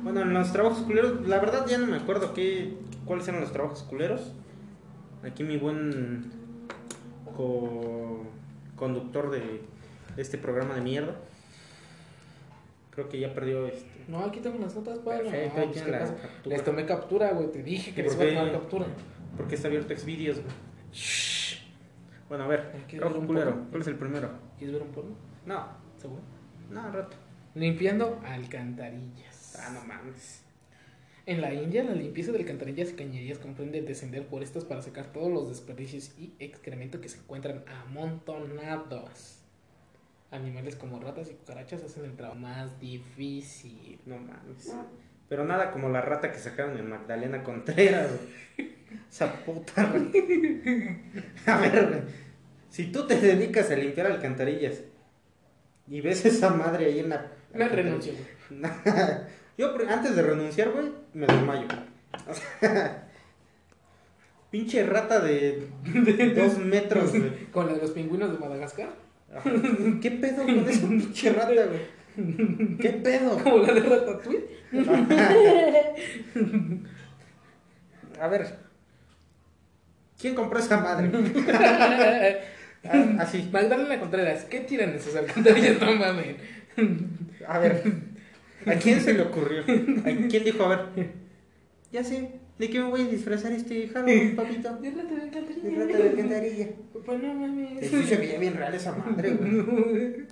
[SPEAKER 2] Bueno, en los trabajos culeros, la verdad ya no me acuerdo qué, cuáles eran los trabajos culeros. Aquí mi buen co- conductor de, de este programa de mierda. Creo que ya perdió este.
[SPEAKER 3] No, aquí tengo las notas, padre.
[SPEAKER 2] Perfecto,
[SPEAKER 3] No,
[SPEAKER 2] ahí
[SPEAKER 3] pues,
[SPEAKER 2] tiene
[SPEAKER 3] ¿qué
[SPEAKER 2] la
[SPEAKER 3] pasa?
[SPEAKER 2] captura.
[SPEAKER 3] Les tomé captura, güey. Te dije que
[SPEAKER 2] ¿Y
[SPEAKER 3] les
[SPEAKER 2] por
[SPEAKER 3] iba a
[SPEAKER 2] qué?
[SPEAKER 3] tomar captura.
[SPEAKER 2] Porque está abierto Xvideos, güey. Bueno, a ver,
[SPEAKER 3] Aquí
[SPEAKER 2] trabajo
[SPEAKER 3] un
[SPEAKER 2] culero.
[SPEAKER 3] poco.
[SPEAKER 2] ¿Cuál es el primero?
[SPEAKER 3] ¿Quieres ver un porno?
[SPEAKER 2] No,
[SPEAKER 3] ¿Seguro?
[SPEAKER 2] no, al rato.
[SPEAKER 3] Limpiando alcantarillas.
[SPEAKER 2] Ah, no mames.
[SPEAKER 3] En la India, la limpieza de alcantarillas y cañerías comprende descender por estas para sacar todos los desperdicios y excremento que se encuentran amontonados. Animales como ratas y cucarachas hacen el trabajo más difícil.
[SPEAKER 2] No mames. Pero nada como la rata que sacaron en Magdalena Contreras. güey. Esa puta rata. A ver, güey, si tú te dedicas a limpiar alcantarillas y ves esa madre ahí en la.
[SPEAKER 3] Me
[SPEAKER 2] alcantarilla-
[SPEAKER 3] renuncio, güey.
[SPEAKER 2] *laughs* Yo pr- antes de renunciar, güey, me desmayo. O sea, *laughs* Pinche rata de dos metros, güey.
[SPEAKER 3] *laughs* Con la de los pingüinos de Madagascar, *laughs*
[SPEAKER 2] Ajá. ¿Qué pedo con esa pinche rata, güey? ¿Qué pedo?
[SPEAKER 3] como la de Ratatouille.
[SPEAKER 2] a ver. ¿Quién compró esa madre? *laughs* Ah, Así.
[SPEAKER 3] Magdalena Contreras, ¿qué tiran esas alcantarillas? *laughs* No mames.
[SPEAKER 2] A ver. ¿A quién se le ocurrió? ¿A quién dijo, a ver? Ya sé, ¿de qué me voy a disfrazar este *laughs* Halloween, papito?
[SPEAKER 3] De rata de
[SPEAKER 2] De
[SPEAKER 3] alcantarilla.
[SPEAKER 2] rata de alcantarilla.
[SPEAKER 3] Papá, Pues no mames.
[SPEAKER 2] Sí, se veía bien real esa madre, güey.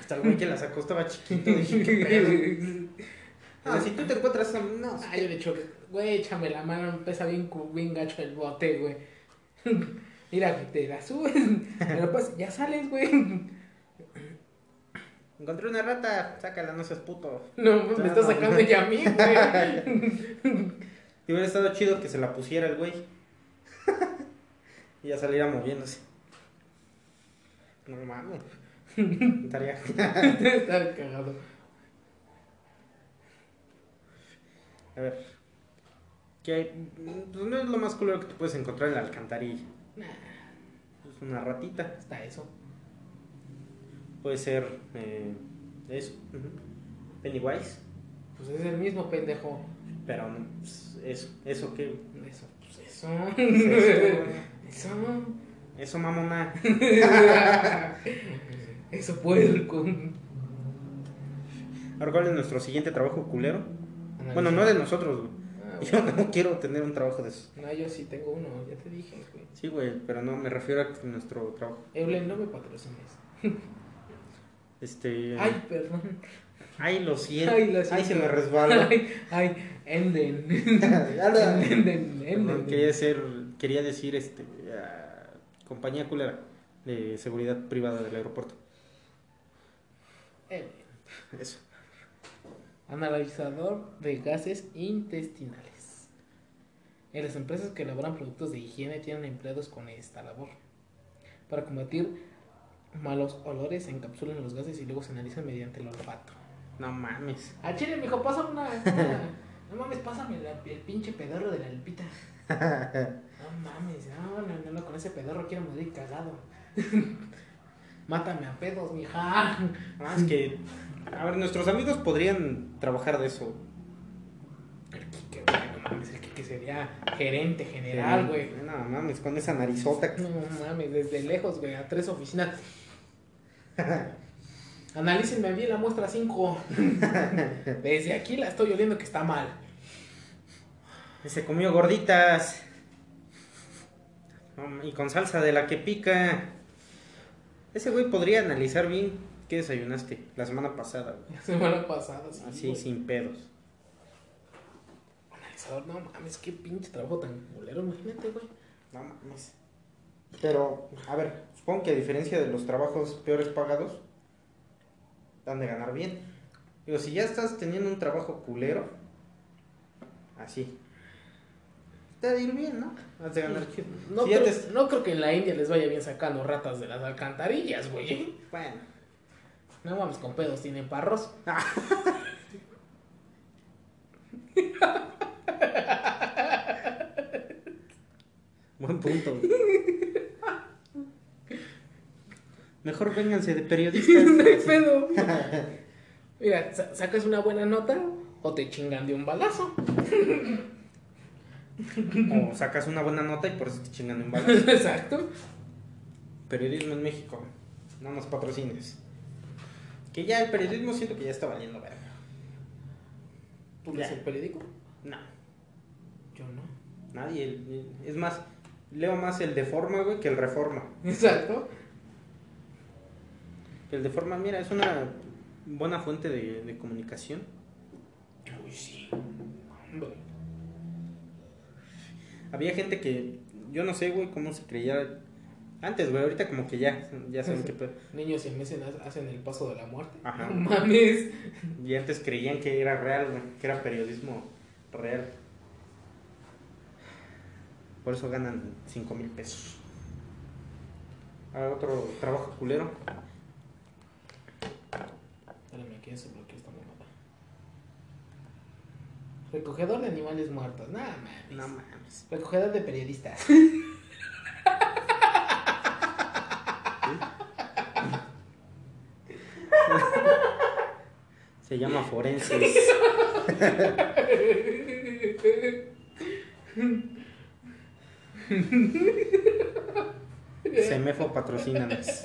[SPEAKER 2] Hasta el güey que la sacó estaba chiquito. Dije, qué pedo. *laughs* Ah, si tú te encuentras a... No,
[SPEAKER 3] Ah, yo le echo, güey, échame la mano, empieza bien, cu- bien gacho el bote, güey. *laughs* Mira, güey, te la subes, pero pues ya sales, güey.
[SPEAKER 2] encontré una rata, sácala, no seas puto.
[SPEAKER 3] No, me está sacando ya a mí, güey. *laughs*
[SPEAKER 2] Y hubiera estado chido que se la pusiera el güey. *laughs* y ya saliera moviéndose. No mames. *laughs* Estaría.
[SPEAKER 3] Está cagado.
[SPEAKER 2] A ver. Que hay- pues no es lo más culero que te puedes encontrar en la alcantarilla.
[SPEAKER 3] Nah,
[SPEAKER 2] Es una ratita.
[SPEAKER 3] está eso.
[SPEAKER 2] Puede ser. eh, eso. ujú. Pennywise.
[SPEAKER 3] Pues es el mismo pendejo.
[SPEAKER 2] Pero no. pues, eso. Eso que.
[SPEAKER 3] *laughs* Eso, pues eso. Eso.
[SPEAKER 2] Eso mamona.
[SPEAKER 3] Eso puerco.
[SPEAKER 2] Ahora, ¿cuál es nuestro siguiente trabajo culero? Bueno, no de nosotros, güey.
[SPEAKER 3] Ah,
[SPEAKER 2] Yo no quiero tener un trabajo de esos.
[SPEAKER 3] bueno. No, yo sí tengo uno, ya te dije, güey.
[SPEAKER 2] Sí, güey, pero no, me refiero a nuestro trabajo.
[SPEAKER 3] Eulen, no me patrocines.
[SPEAKER 2] Este.
[SPEAKER 3] Ay, perdón.
[SPEAKER 2] ay, lo siento.
[SPEAKER 3] Ay,
[SPEAKER 2] Ay,
[SPEAKER 3] lo siento.
[SPEAKER 2] se me resbaló.
[SPEAKER 3] *laughs* Ay, ay, Enden.
[SPEAKER 2] *laughs* Ala.
[SPEAKER 3] *laughs* Enden,
[SPEAKER 2] Perdón,
[SPEAKER 3] Enden.
[SPEAKER 2] quería ser, quería decir, este, ah, compañía culera de seguridad privada del aeropuerto.
[SPEAKER 3] Eh,
[SPEAKER 2] Eso.
[SPEAKER 3] Analizador de gases intestinales. En las empresas que elaboran productos de higiene tienen empleados con esta labor. Para combatir malos olores, se encapsulan los gases y luego se analizan mediante el olfato. *laughs*
[SPEAKER 2] No mames.
[SPEAKER 3] A Ah, Chile, mijo, pasa una. *laughs* una- no mames, pásame la- el pinche pedorro de la lupita. No mames, no, no, no, no, con ese pedorro quiero morir cagado. *laughs* Mátame a pedos, mija.
[SPEAKER 2] Ah, es que, a ver, nuestros amigos podrían trabajar de eso.
[SPEAKER 3] El Kike, güey, no mames, el Kike sería gerente general, güey.
[SPEAKER 2] No mames, con esa narizota. que-
[SPEAKER 3] No mames, desde lejos, güey, a tres oficinas. *laughs* Analícenme bien la muestra 5. *laughs* Desde aquí la estoy oliendo que está mal.
[SPEAKER 2] Se comió gorditas. No ma- Y con salsa de la que pica. Ese güey podría analizar bien qué desayunaste la semana pasada, güey.
[SPEAKER 3] La semana pasada, sí.
[SPEAKER 2] Así,
[SPEAKER 3] güey.
[SPEAKER 2] sin pedos.
[SPEAKER 3] Analizador, no mames, qué pinche trabajo tan culero, imagínate, güey.
[SPEAKER 2] No mames. Pero, a ver, supongo que a diferencia de los trabajos peores pagados, han de ganar bien. Digo, si ya estás teniendo un trabajo culero, así. Te ha de ir bien, ¿no? Has de ganar chido.
[SPEAKER 3] No,
[SPEAKER 2] Si ya
[SPEAKER 3] creo,
[SPEAKER 2] te-
[SPEAKER 3] no creo que en la India les vaya bien sacando ratas de las alcantarillas, güey.
[SPEAKER 2] Bueno.
[SPEAKER 3] No mames, con pedos tienen parros.
[SPEAKER 2] *laughs* Buen punto. güey. *laughs* Mejor vénganse de periodistas.
[SPEAKER 3] no
[SPEAKER 2] *laughs*
[SPEAKER 3] hay pedo. *laughs* Mira, sa- sacas una buena nota o te chingan de un balazo. *laughs*
[SPEAKER 2] O sacas una buena nota y por eso te chingan en balas.
[SPEAKER 3] Exacto.
[SPEAKER 2] Periodismo en México. No nos patrocines. Que ya el periodismo siento que ya está valiendo verga.
[SPEAKER 3] ¿Tú lees el periódico?
[SPEAKER 2] No,
[SPEAKER 3] Yo no. *laughs*
[SPEAKER 2] nadie. el- Es más, leo más el de forma, güey, que el reforma.
[SPEAKER 3] Exacto.
[SPEAKER 2] El de forma, mira, es una buena fuente de, de comunicación.
[SPEAKER 3] Uy, sí. Hombre.
[SPEAKER 2] Había gente que, yo no sé, güey, cómo se creía antes, güey, ahorita como que ya, ya saben qué pedo.
[SPEAKER 3] Niños en meses hacen el paso de la muerte.
[SPEAKER 2] Ajá.
[SPEAKER 3] No mames.
[SPEAKER 2] Y antes creían que era real, güey, que era periodismo real. Por eso ganan 5 mil pesos. A ver, otro trabajo culero.
[SPEAKER 3] Espérame, que ya se bloqueó esta mamada. Recogedor de animales muertos. No mames.
[SPEAKER 2] No mames.
[SPEAKER 3] Recogedor de
[SPEAKER 2] *laughs*
[SPEAKER 3] periodistas.
[SPEAKER 2] Se llama forenses. Semefo patrocínanos.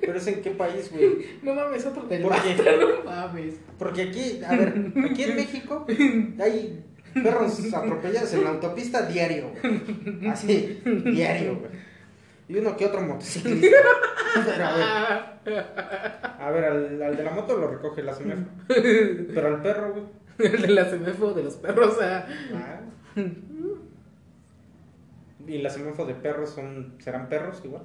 [SPEAKER 2] Pero es en qué país, güey.
[SPEAKER 3] No mames, otro del
[SPEAKER 2] ¿Por
[SPEAKER 3] Basta,
[SPEAKER 2] qué?
[SPEAKER 3] *laughs* no mames.
[SPEAKER 2] Porque aquí, a ver, aquí en México hay perros atropellados en la autopista diario, güey. Así, diario, güey. Y uno que otro motociclista. Pero a ver,
[SPEAKER 3] Ah,
[SPEAKER 2] a ver al, al de la moto lo recoge la semefo. Pero al perro, güey.
[SPEAKER 3] *laughs* El de la semefo de los perros, o sea,
[SPEAKER 2] Ah. ¿Y las semefos de perros son, serán perros igual?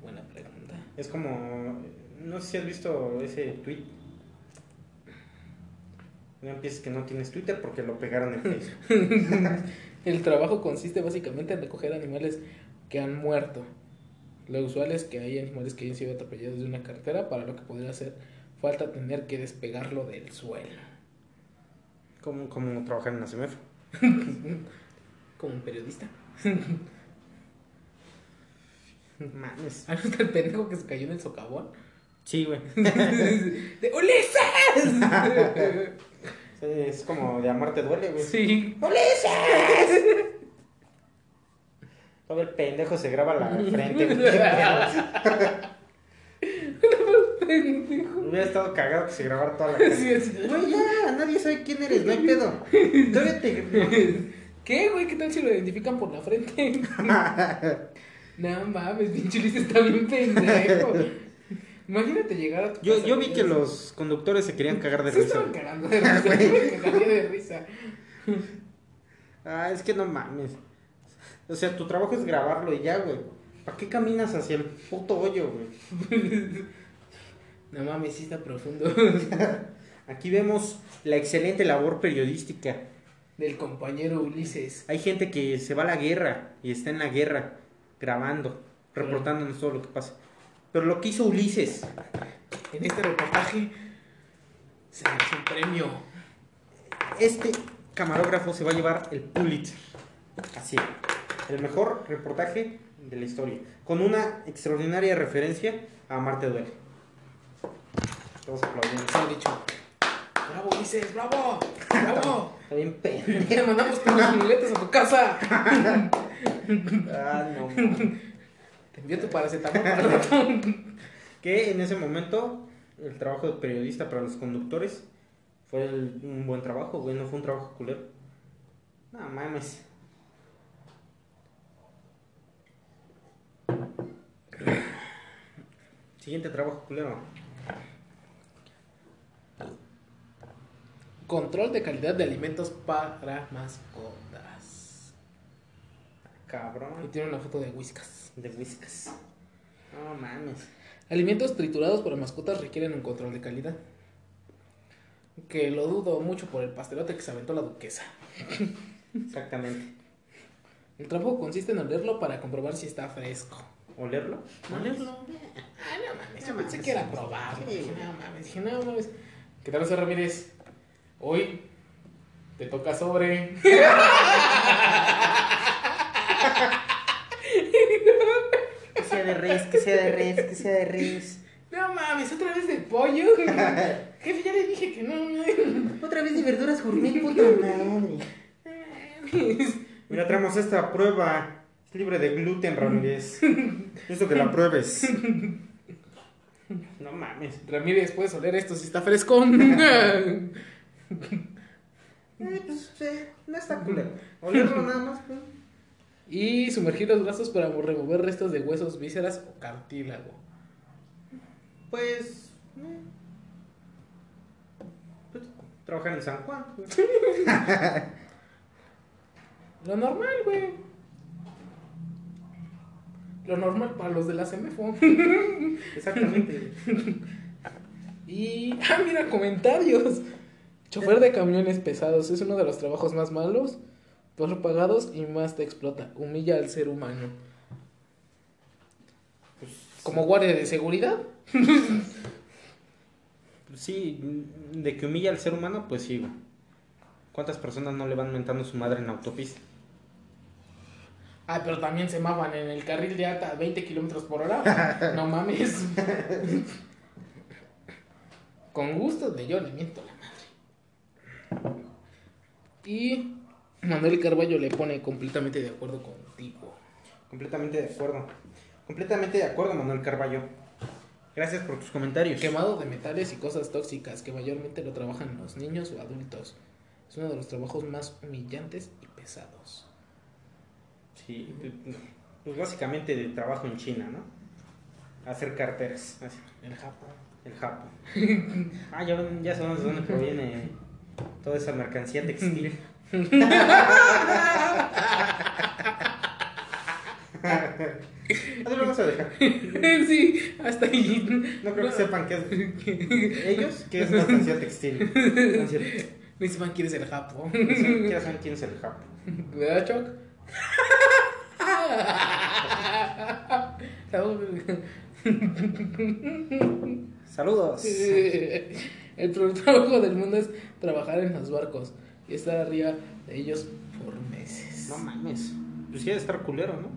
[SPEAKER 3] Buena pregunta.
[SPEAKER 2] Es como, no sé si has visto ese tweet. No empieces que no tienes Twitter porque lo pegaron en Facebook.
[SPEAKER 3] El trabajo consiste básicamente en recoger animales que han muerto. Lo usual es que hay animales que hayan sido atropellados de una carretera, para lo que podría hacer falta tener que despegarlo del suelo.
[SPEAKER 2] ¿Cómo, cómo trabajar en la semefo?
[SPEAKER 3] Como un periodista.
[SPEAKER 2] *laughs*
[SPEAKER 3] *laughs*
[SPEAKER 2] Mames.
[SPEAKER 3] ¿Has visto Ah, el pendejo que se cayó en el *laughs* socavón?
[SPEAKER 2] Sí, güey.
[SPEAKER 3] ¡De ¡Ulises!
[SPEAKER 2] Sí, *laughs* Es como de amarte duele,
[SPEAKER 3] *laughs*
[SPEAKER 2] güey.
[SPEAKER 3] sí.
[SPEAKER 2] Todo el pendejo se graba *laughs* la frente. güey. Qué pedo. Hubiera estado cagado que se grabara toda *laughs* la cara.
[SPEAKER 3] Sí, así.
[SPEAKER 2] Güey, ya, nadie sabe quién eres, no hay pedo. Todavía te...
[SPEAKER 3] *laughs* ¿Qué, güey? ¿Qué tal si lo identifican por la frente? No mames, pinche Ulises está bien pendejo. Imagínate llegar a tu
[SPEAKER 2] *laughs* Yo,
[SPEAKER 3] casa,
[SPEAKER 2] yo
[SPEAKER 3] güey,
[SPEAKER 2] vi que
[SPEAKER 3] así.
[SPEAKER 2] los conductores se querían cagar de
[SPEAKER 3] Se
[SPEAKER 2] risa.
[SPEAKER 3] estaban cagando de risa, güey, me cagué de risa.
[SPEAKER 2] Ah, es que no mames. O sea, tu trabajo es grabarlo y ya, güey. ¿Para qué caminas hacia el puto hoyo, güey?
[SPEAKER 3] No mames, sí está
[SPEAKER 2] *laughs*
[SPEAKER 3] profundo.
[SPEAKER 2] Aquí vemos la excelente labor periodística.
[SPEAKER 3] Del compañero Ulises.
[SPEAKER 2] Hay gente que se va a la guerra y está en la guerra grabando, reportándonos todo lo que pasa. Pero lo que hizo Ulises
[SPEAKER 3] En este reportaje se merece un premio.
[SPEAKER 2] este camarógrafo se va a llevar el Pulitzer. Así, el mejor reportaje de la historia. Con una extraordinaria referencia a Marte Duele. Todos aplaudiendo.
[SPEAKER 3] Se ha dicho. ¡Bravo, Ulises! ¡Bravo! ¡Bravo!
[SPEAKER 2] *laughs* Está bien pendejo.
[SPEAKER 3] ¡Te mandamos tus muletas a tu casa!
[SPEAKER 2] Ah, *laughs* no. mames.
[SPEAKER 3] Te envío tu paracetamol para
[SPEAKER 2] *laughs*
[SPEAKER 3] el ratón.
[SPEAKER 2] Que en ese momento el trabajo de periodista para los conductores fue el- un buen trabajo, güey. No fue un trabajo culero. No mames. Siguiente trabajo culero.
[SPEAKER 3] Control de calidad de alimentos para mascotas. Y
[SPEAKER 2] Cabrón.
[SPEAKER 3] tiene una foto de whiskas.
[SPEAKER 2] De whiskas. No mames.
[SPEAKER 3] Alimentos triturados para mascotas requieren un control de calidad. Que lo dudo mucho por el pastelote que se aventó la duquesa.
[SPEAKER 2] Exactamente.
[SPEAKER 3] El trabajo consiste en olerlo para comprobar si está fresco.
[SPEAKER 2] ¿Olerlo?
[SPEAKER 3] ¿Olerlo? Ah, no mames, yo
[SPEAKER 2] No
[SPEAKER 3] pensé
[SPEAKER 2] mames.
[SPEAKER 3] que era probarlo.
[SPEAKER 2] Sí.
[SPEAKER 3] Dije, no mames, dije, no mames. ¿Qué tal, José Ramírez? Hoy te toca sobre. *laughs*
[SPEAKER 2] Que sea de res, que sea de res, que sea de res.
[SPEAKER 3] No mames, otra vez de pollo.
[SPEAKER 2] *laughs*
[SPEAKER 3] Jefe, ya le dije que no, no.
[SPEAKER 2] Otra vez de verduras gourmet, puta madre. Mira, traemos esta prueba. Es libre de gluten, *laughs* Ramírez. Esto que la pruebes. No mames.
[SPEAKER 3] Ramírez, puedes oler esto si está fresco.
[SPEAKER 2] Eh, pues, eh, no está culero. Olerlo nada más, pues.
[SPEAKER 3] y sumergir los brazos para remover restos de huesos, vísceras o cartílago.
[SPEAKER 2] Pues. eh. Pues, Trabajar en San Juan. pues.
[SPEAKER 3] Lo normal, güey. Lo normal para los de la CMFO.
[SPEAKER 2] Exactamente.
[SPEAKER 3] *laughs* y. ¡Ah, mira, comentarios! Chofer de camiones pesados es uno de los trabajos más malos, peor pagados y más te explota. Humilla al ser humano. Pues, Como guardia de seguridad.
[SPEAKER 2] *laughs* Sí, de que humilla al ser humano, pues sí. güey. ¿Cuántas personas no le van mentando su madre en la autopista?
[SPEAKER 3] Ah, pero también se maban en el carril de alta 20 kilómetros por *laughs* hora. No mames. Con gusto de yo le miento a la madre. Y Manuel Carballo le pone completamente de acuerdo contigo.
[SPEAKER 2] Completamente de acuerdo. Completamente de acuerdo, Manuel Carballo. Gracias por tus comentarios.
[SPEAKER 3] Quemado de metales y cosas tóxicas que mayormente lo trabajan los niños o adultos. Es uno de los trabajos más humillantes y pesados.
[SPEAKER 2] Sí, pues básicamente de trabajo en China, ¿no? Hacer carteras. así.
[SPEAKER 3] El Japón.
[SPEAKER 2] El Japón. Ah, ya, ven- ya sabemos de dónde proviene toda esa mercancía textil. Ahí Ah, lo vamos a dejar.
[SPEAKER 3] *laughs* sí, hasta ahí.
[SPEAKER 2] No creo que sepan qué es. Ellos, qué es mercancía textil. No es cierto.
[SPEAKER 3] Ni siquiera quieres el Japón.
[SPEAKER 2] No saben- Ya saben quién es el Japón.
[SPEAKER 3] ¿Verdad,
[SPEAKER 2] *laughs*
[SPEAKER 3] Choc? *laughs*
[SPEAKER 2] Saludos.
[SPEAKER 3] El peor trabajo del mundo es trabajar en los barcos y estar arriba de ellos por meses.
[SPEAKER 2] No mames. Pues quieres estar culero, ¿no?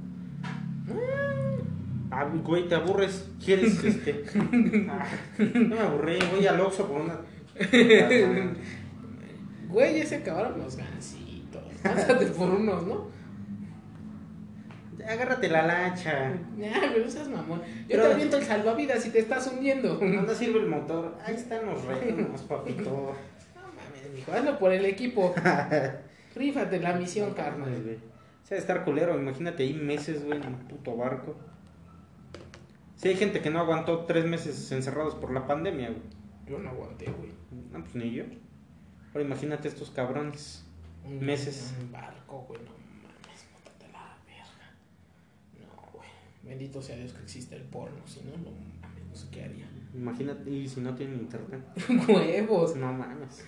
[SPEAKER 2] Ah, güey, te aburres. ¿Quieres este? Ah, *laughs* no me aburrí. Voy al Oxxo por *laughs* una.
[SPEAKER 3] Güey, ya se acabaron los gansitos. *laughs* Pásate por unos, ¿no?
[SPEAKER 2] Agárrate la lancha.
[SPEAKER 3] Ya, pero no seas mamón. Yo
[SPEAKER 2] Ah. Pero-
[SPEAKER 3] te aviento el salvavidas si te estás hundiendo. *laughs* No
[SPEAKER 2] ¿Dónde sirve el motor? Ahí están los rellenos, papito.
[SPEAKER 3] mames, mijo, hazlo por el
[SPEAKER 2] *laughs*
[SPEAKER 3] equipo. Rífate la misión, carnal.
[SPEAKER 2] O sea, estar culero, imagínate ahí meses, güey, en un puto barco. Si hay gente que no aguantó tres meses encerrados por la pandemia, güey.
[SPEAKER 3] Yo no aguanté, güey.
[SPEAKER 2] No, pues ni yo. Ahora imagínate estos cabrones.
[SPEAKER 3] Un-
[SPEAKER 2] Meses.
[SPEAKER 3] Un barco, güey, no mames, mátate la verga. No, güey. Bendito sea Dios que existe el porno, si no, no mames, no sé qué haría.
[SPEAKER 2] Imagínate, y si no tienen internet.
[SPEAKER 3] Huevos.
[SPEAKER 2] No mames.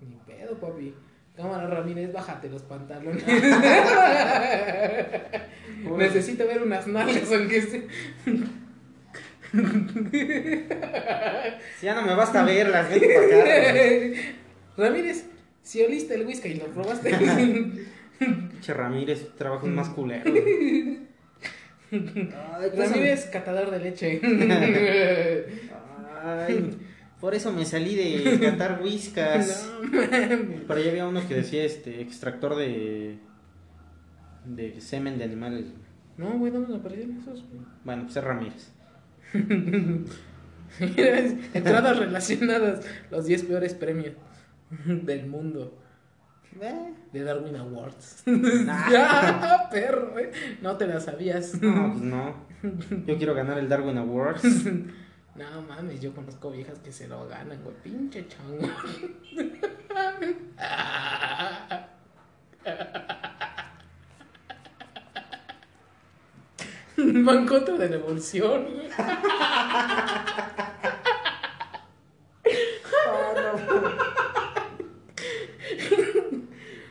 [SPEAKER 3] Ni pedo, papi. Cámara Ramírez, bájate los pantalones. *laughs* Oh. Necesito ver unas nalgas, aunque sea.
[SPEAKER 2] Si ya no me basta verlas, vete para acá.
[SPEAKER 3] *laughs*
[SPEAKER 2] güey.
[SPEAKER 3] Ramírez, si oliste el whisky y lo probaste.
[SPEAKER 2] Pinche Ramírez, trabajo más
[SPEAKER 3] *laughs*
[SPEAKER 2] culero. güey. Ay, pues,
[SPEAKER 3] Ramírez, catador de leche.
[SPEAKER 2] Ay, por eso me salí de cantar whiskas.
[SPEAKER 3] *laughs* no mames.
[SPEAKER 2] Por ahí había uno que decía este extractor de de semen de animales.
[SPEAKER 3] No, güey, no me aparecieron esos, güey.
[SPEAKER 2] Bueno, pues es Ramírez.
[SPEAKER 3] *laughs* Entradas relacionadas, los 10 peores premios del mundo. De Darwin Awards. *laughs* Ah, perro, eh. No te la sabías.
[SPEAKER 2] No, pues no. Yo quiero ganar el Darwin Awards.
[SPEAKER 3] *laughs* No mames, yo conozco viejas que se lo ganan, güey. Pinche chango. *laughs* Va en contra de la evolución.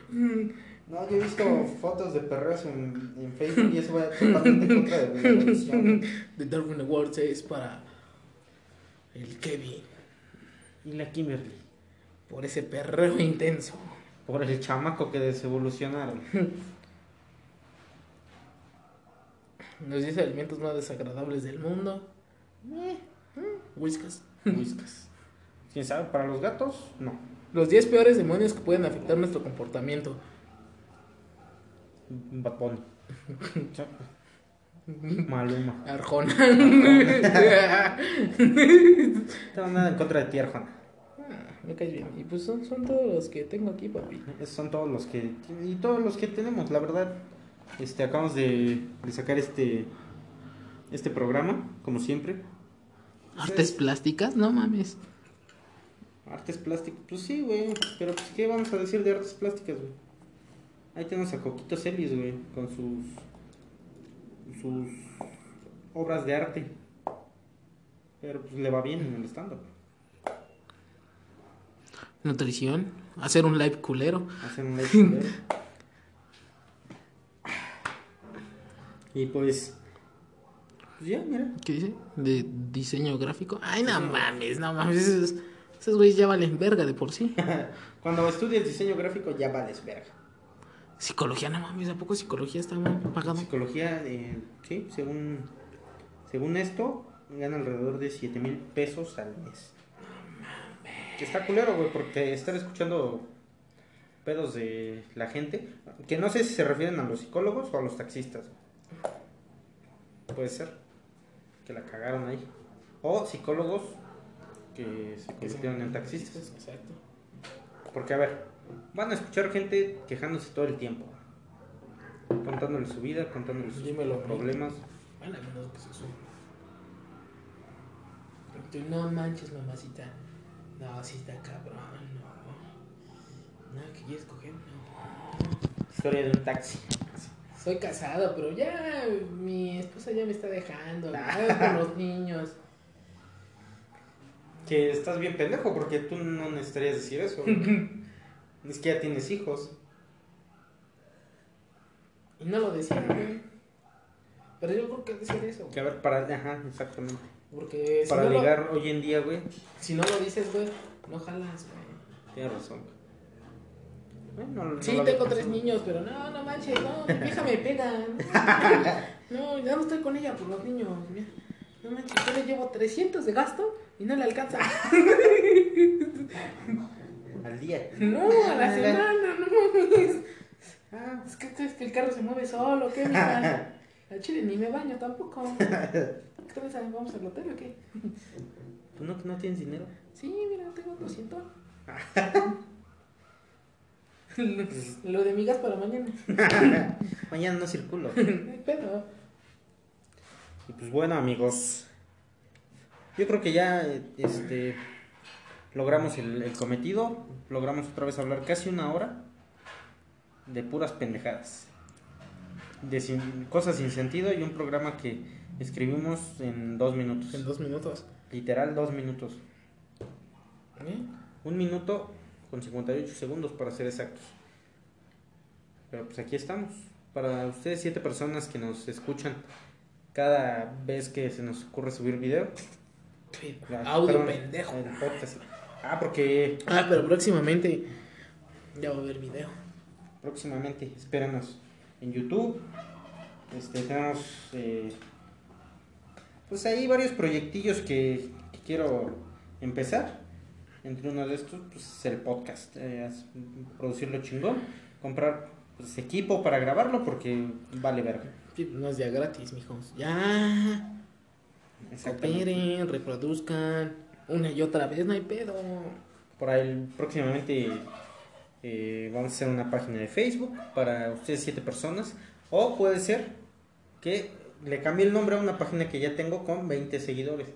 [SPEAKER 2] No, yo he visto fotos de perros en, en Facebook y eso va totalmente en contra de mi evolución.
[SPEAKER 3] The Darwin Awards es para el Kevin.
[SPEAKER 2] Y la Kimberly.
[SPEAKER 3] Por ese perreo intenso.
[SPEAKER 2] Por el chamaco que desevolucionaron.
[SPEAKER 3] Nos dice alimentos más desagradables del mundo. Eh. Whiskas.
[SPEAKER 2] Whiskas. ¿Quién sabe? ¿Para los gatos? No.
[SPEAKER 3] Los 10 peores demonios que pueden afectar nuestro comportamiento.
[SPEAKER 2] Bad Bunny. Maluma.
[SPEAKER 3] Arjona.
[SPEAKER 2] No tengo nada en contra de ti, Arjona.
[SPEAKER 3] Ah, *laughs* Me caes bien. Y pues son, son todos los que tengo aquí, papi.
[SPEAKER 2] Esos son todos los que. Y todos los que tenemos, la verdad. Este, acabamos de, de sacar este. Este programa, como siempre.
[SPEAKER 3] Artes plásticas, no mames.
[SPEAKER 2] Artes plásticas. Pues sí, güey. Pero pues, ¿qué vamos a decir de artes plásticas, güey? Ahí tenemos a Coquito Celis, güey. Con sus. Sus. Obras de arte. Pero pues le va bien en el stand-up.
[SPEAKER 3] Nutrición. Hacer un live culero.
[SPEAKER 2] Hacen un live culero. Y pues. Pues ya, mira. *laughs*
[SPEAKER 3] ¿Qué dice? De diseño gráfico. Ay, no mames, no mames. Esos, esos güeyes ya valen verga de por sí.
[SPEAKER 2] Cuando estudias diseño gráfico ya vales verga.
[SPEAKER 3] Psicología, no mames, ¿a poco psicología está mal pagado?
[SPEAKER 2] Psicología, eh, sí, según, según esto, gana alrededor de 7 mil pesos al mes. Que Está culero, güey, porque estar escuchando pedos de la gente, que no sé si se refieren a los psicólogos o a los taxistas. Puede ser que la cagaron ahí. O psicólogos que se convirtieron en taxistas.
[SPEAKER 3] Exacto.
[SPEAKER 2] Porque, a ver, van a escuchar gente quejándose todo el tiempo. Contándole su vida, contándole sus
[SPEAKER 3] Dímelo.
[SPEAKER 2] problemas.
[SPEAKER 3] Bueno, al menos que se suba. Pero tú, no manches, mamacita. No, si está cabrón, no. No, que quieres coger, no.
[SPEAKER 2] Historia de un taxi.
[SPEAKER 3] Soy casado, pero ya mi esposa ya me está dejando.
[SPEAKER 2] *laughs*
[SPEAKER 3] ¿no? Con los niños.
[SPEAKER 2] Que estás bien pendejo porque tú no necesitarías
[SPEAKER 3] *laughs*
[SPEAKER 2] decir eso. es que ya tienes hijos.
[SPEAKER 3] Y no lo decían, güey. Pero yo creo que decían eso.
[SPEAKER 2] Que a ver, para... Ajá, exactamente.
[SPEAKER 3] Porque Eh, si
[SPEAKER 2] para
[SPEAKER 3] no lo-
[SPEAKER 2] ligar hoy en día, güey.
[SPEAKER 3] si no lo dices, güey, no jalas, güey.
[SPEAKER 2] Tienes razón. Bueno, no
[SPEAKER 3] Sí,
[SPEAKER 2] lo había
[SPEAKER 3] tengo tres
[SPEAKER 2] pensado.
[SPEAKER 3] niños, pero no, no manches,
[SPEAKER 2] *laughs*
[SPEAKER 3] no, mi vieja me pega. No, no, ya no estoy con ella por los niños. mira. No manches, yo le llevo 300 de gasto y no le
[SPEAKER 2] *laughs*
[SPEAKER 3] alcanza. *laughs*
[SPEAKER 2] Al día.
[SPEAKER 3] No, a la semana, no mames.
[SPEAKER 2] Ah,
[SPEAKER 3] Es que crees que el carro se mueve solo, ¿qué,
[SPEAKER 2] *laughs*
[SPEAKER 3] mija? Al chile ni me baño tampoco. ¿Qué piensas? ¿Vamos al hotel o qué?
[SPEAKER 2] ¿tú no, no
[SPEAKER 3] *laughs*
[SPEAKER 2] tienes dinero?
[SPEAKER 3] Sí, mira, tengo
[SPEAKER 2] *laughs*
[SPEAKER 3] 200. Lo de migas para
[SPEAKER 2] *laughs*
[SPEAKER 3] mañana.
[SPEAKER 2] Mañana no circulo.
[SPEAKER 3] No hay pedo.
[SPEAKER 2] Y pues bueno, amigos. Yo creo que ya eh, este logramos el, el cometido. Logramos otra vez hablar casi una hora de puras pendejadas. De sin- cosas sin sentido y un programa que escribimos en dos minutos.
[SPEAKER 3] dos minutos.
[SPEAKER 2] Literal, dos minutos.
[SPEAKER 3] ¿Eh?
[SPEAKER 2] Un minuto con 58 segundos para ser exactos. Pero pues aquí estamos. Para ustedes, siete personas que nos escuchan cada vez que se nos ocurre subir video. La-
[SPEAKER 3] Audio
[SPEAKER 2] perdón,
[SPEAKER 3] pendejo.
[SPEAKER 2] el podcast. Ah, porque
[SPEAKER 3] Ah, pero próximamente ya va a haber video.
[SPEAKER 2] próximamente, espérenos en YouTube. Este, tenemos eh, pues ahí varios proyectillos que, que quiero empezar. Entre uno de estos, pues es el podcast. eh, as- producirlo chingón. Comprar pues, equipo para grabarlo porque vale verga.
[SPEAKER 3] Sí, pues, no es ya gratis, mijos. Ya,
[SPEAKER 2] Exactamente.
[SPEAKER 3] cooperen, reproduzcan una y otra vez, no hay pedo.
[SPEAKER 2] Por ahí próximamente eh, vamos a hacer una página de Facebook para ustedes siete personas. O puede ser que le cambie el nombre a una página que ya tengo con 20 seguidores.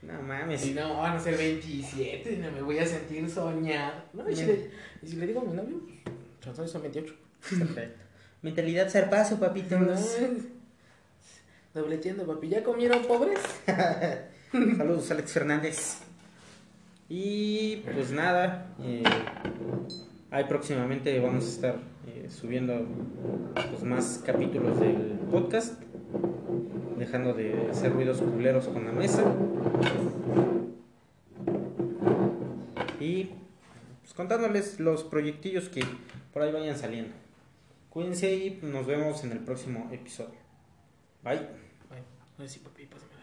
[SPEAKER 2] No mames.
[SPEAKER 3] Si no, van a ser 27, no me voy a sentir soñado. No, y, si le, y si le digo a mi novio, chanzón son 28.
[SPEAKER 2] Perfecto. Mentalidad zarpazo, papito.
[SPEAKER 3] No, dobleteando, papi. ¿Ya comieron pobres?
[SPEAKER 2] Saludos, Alex Fernández. Y pues nada, eh, ahí próximamente vamos a estar eh, subiendo pues, más capítulos del podcast, dejando de hacer ruidos culeros con la mesa. Y pues, contándoles los proyectillos que por ahí vayan saliendo. Cuídense y nos vemos en el próximo episodio. Bye.
[SPEAKER 3] Bueno, no sé si papi, pásame.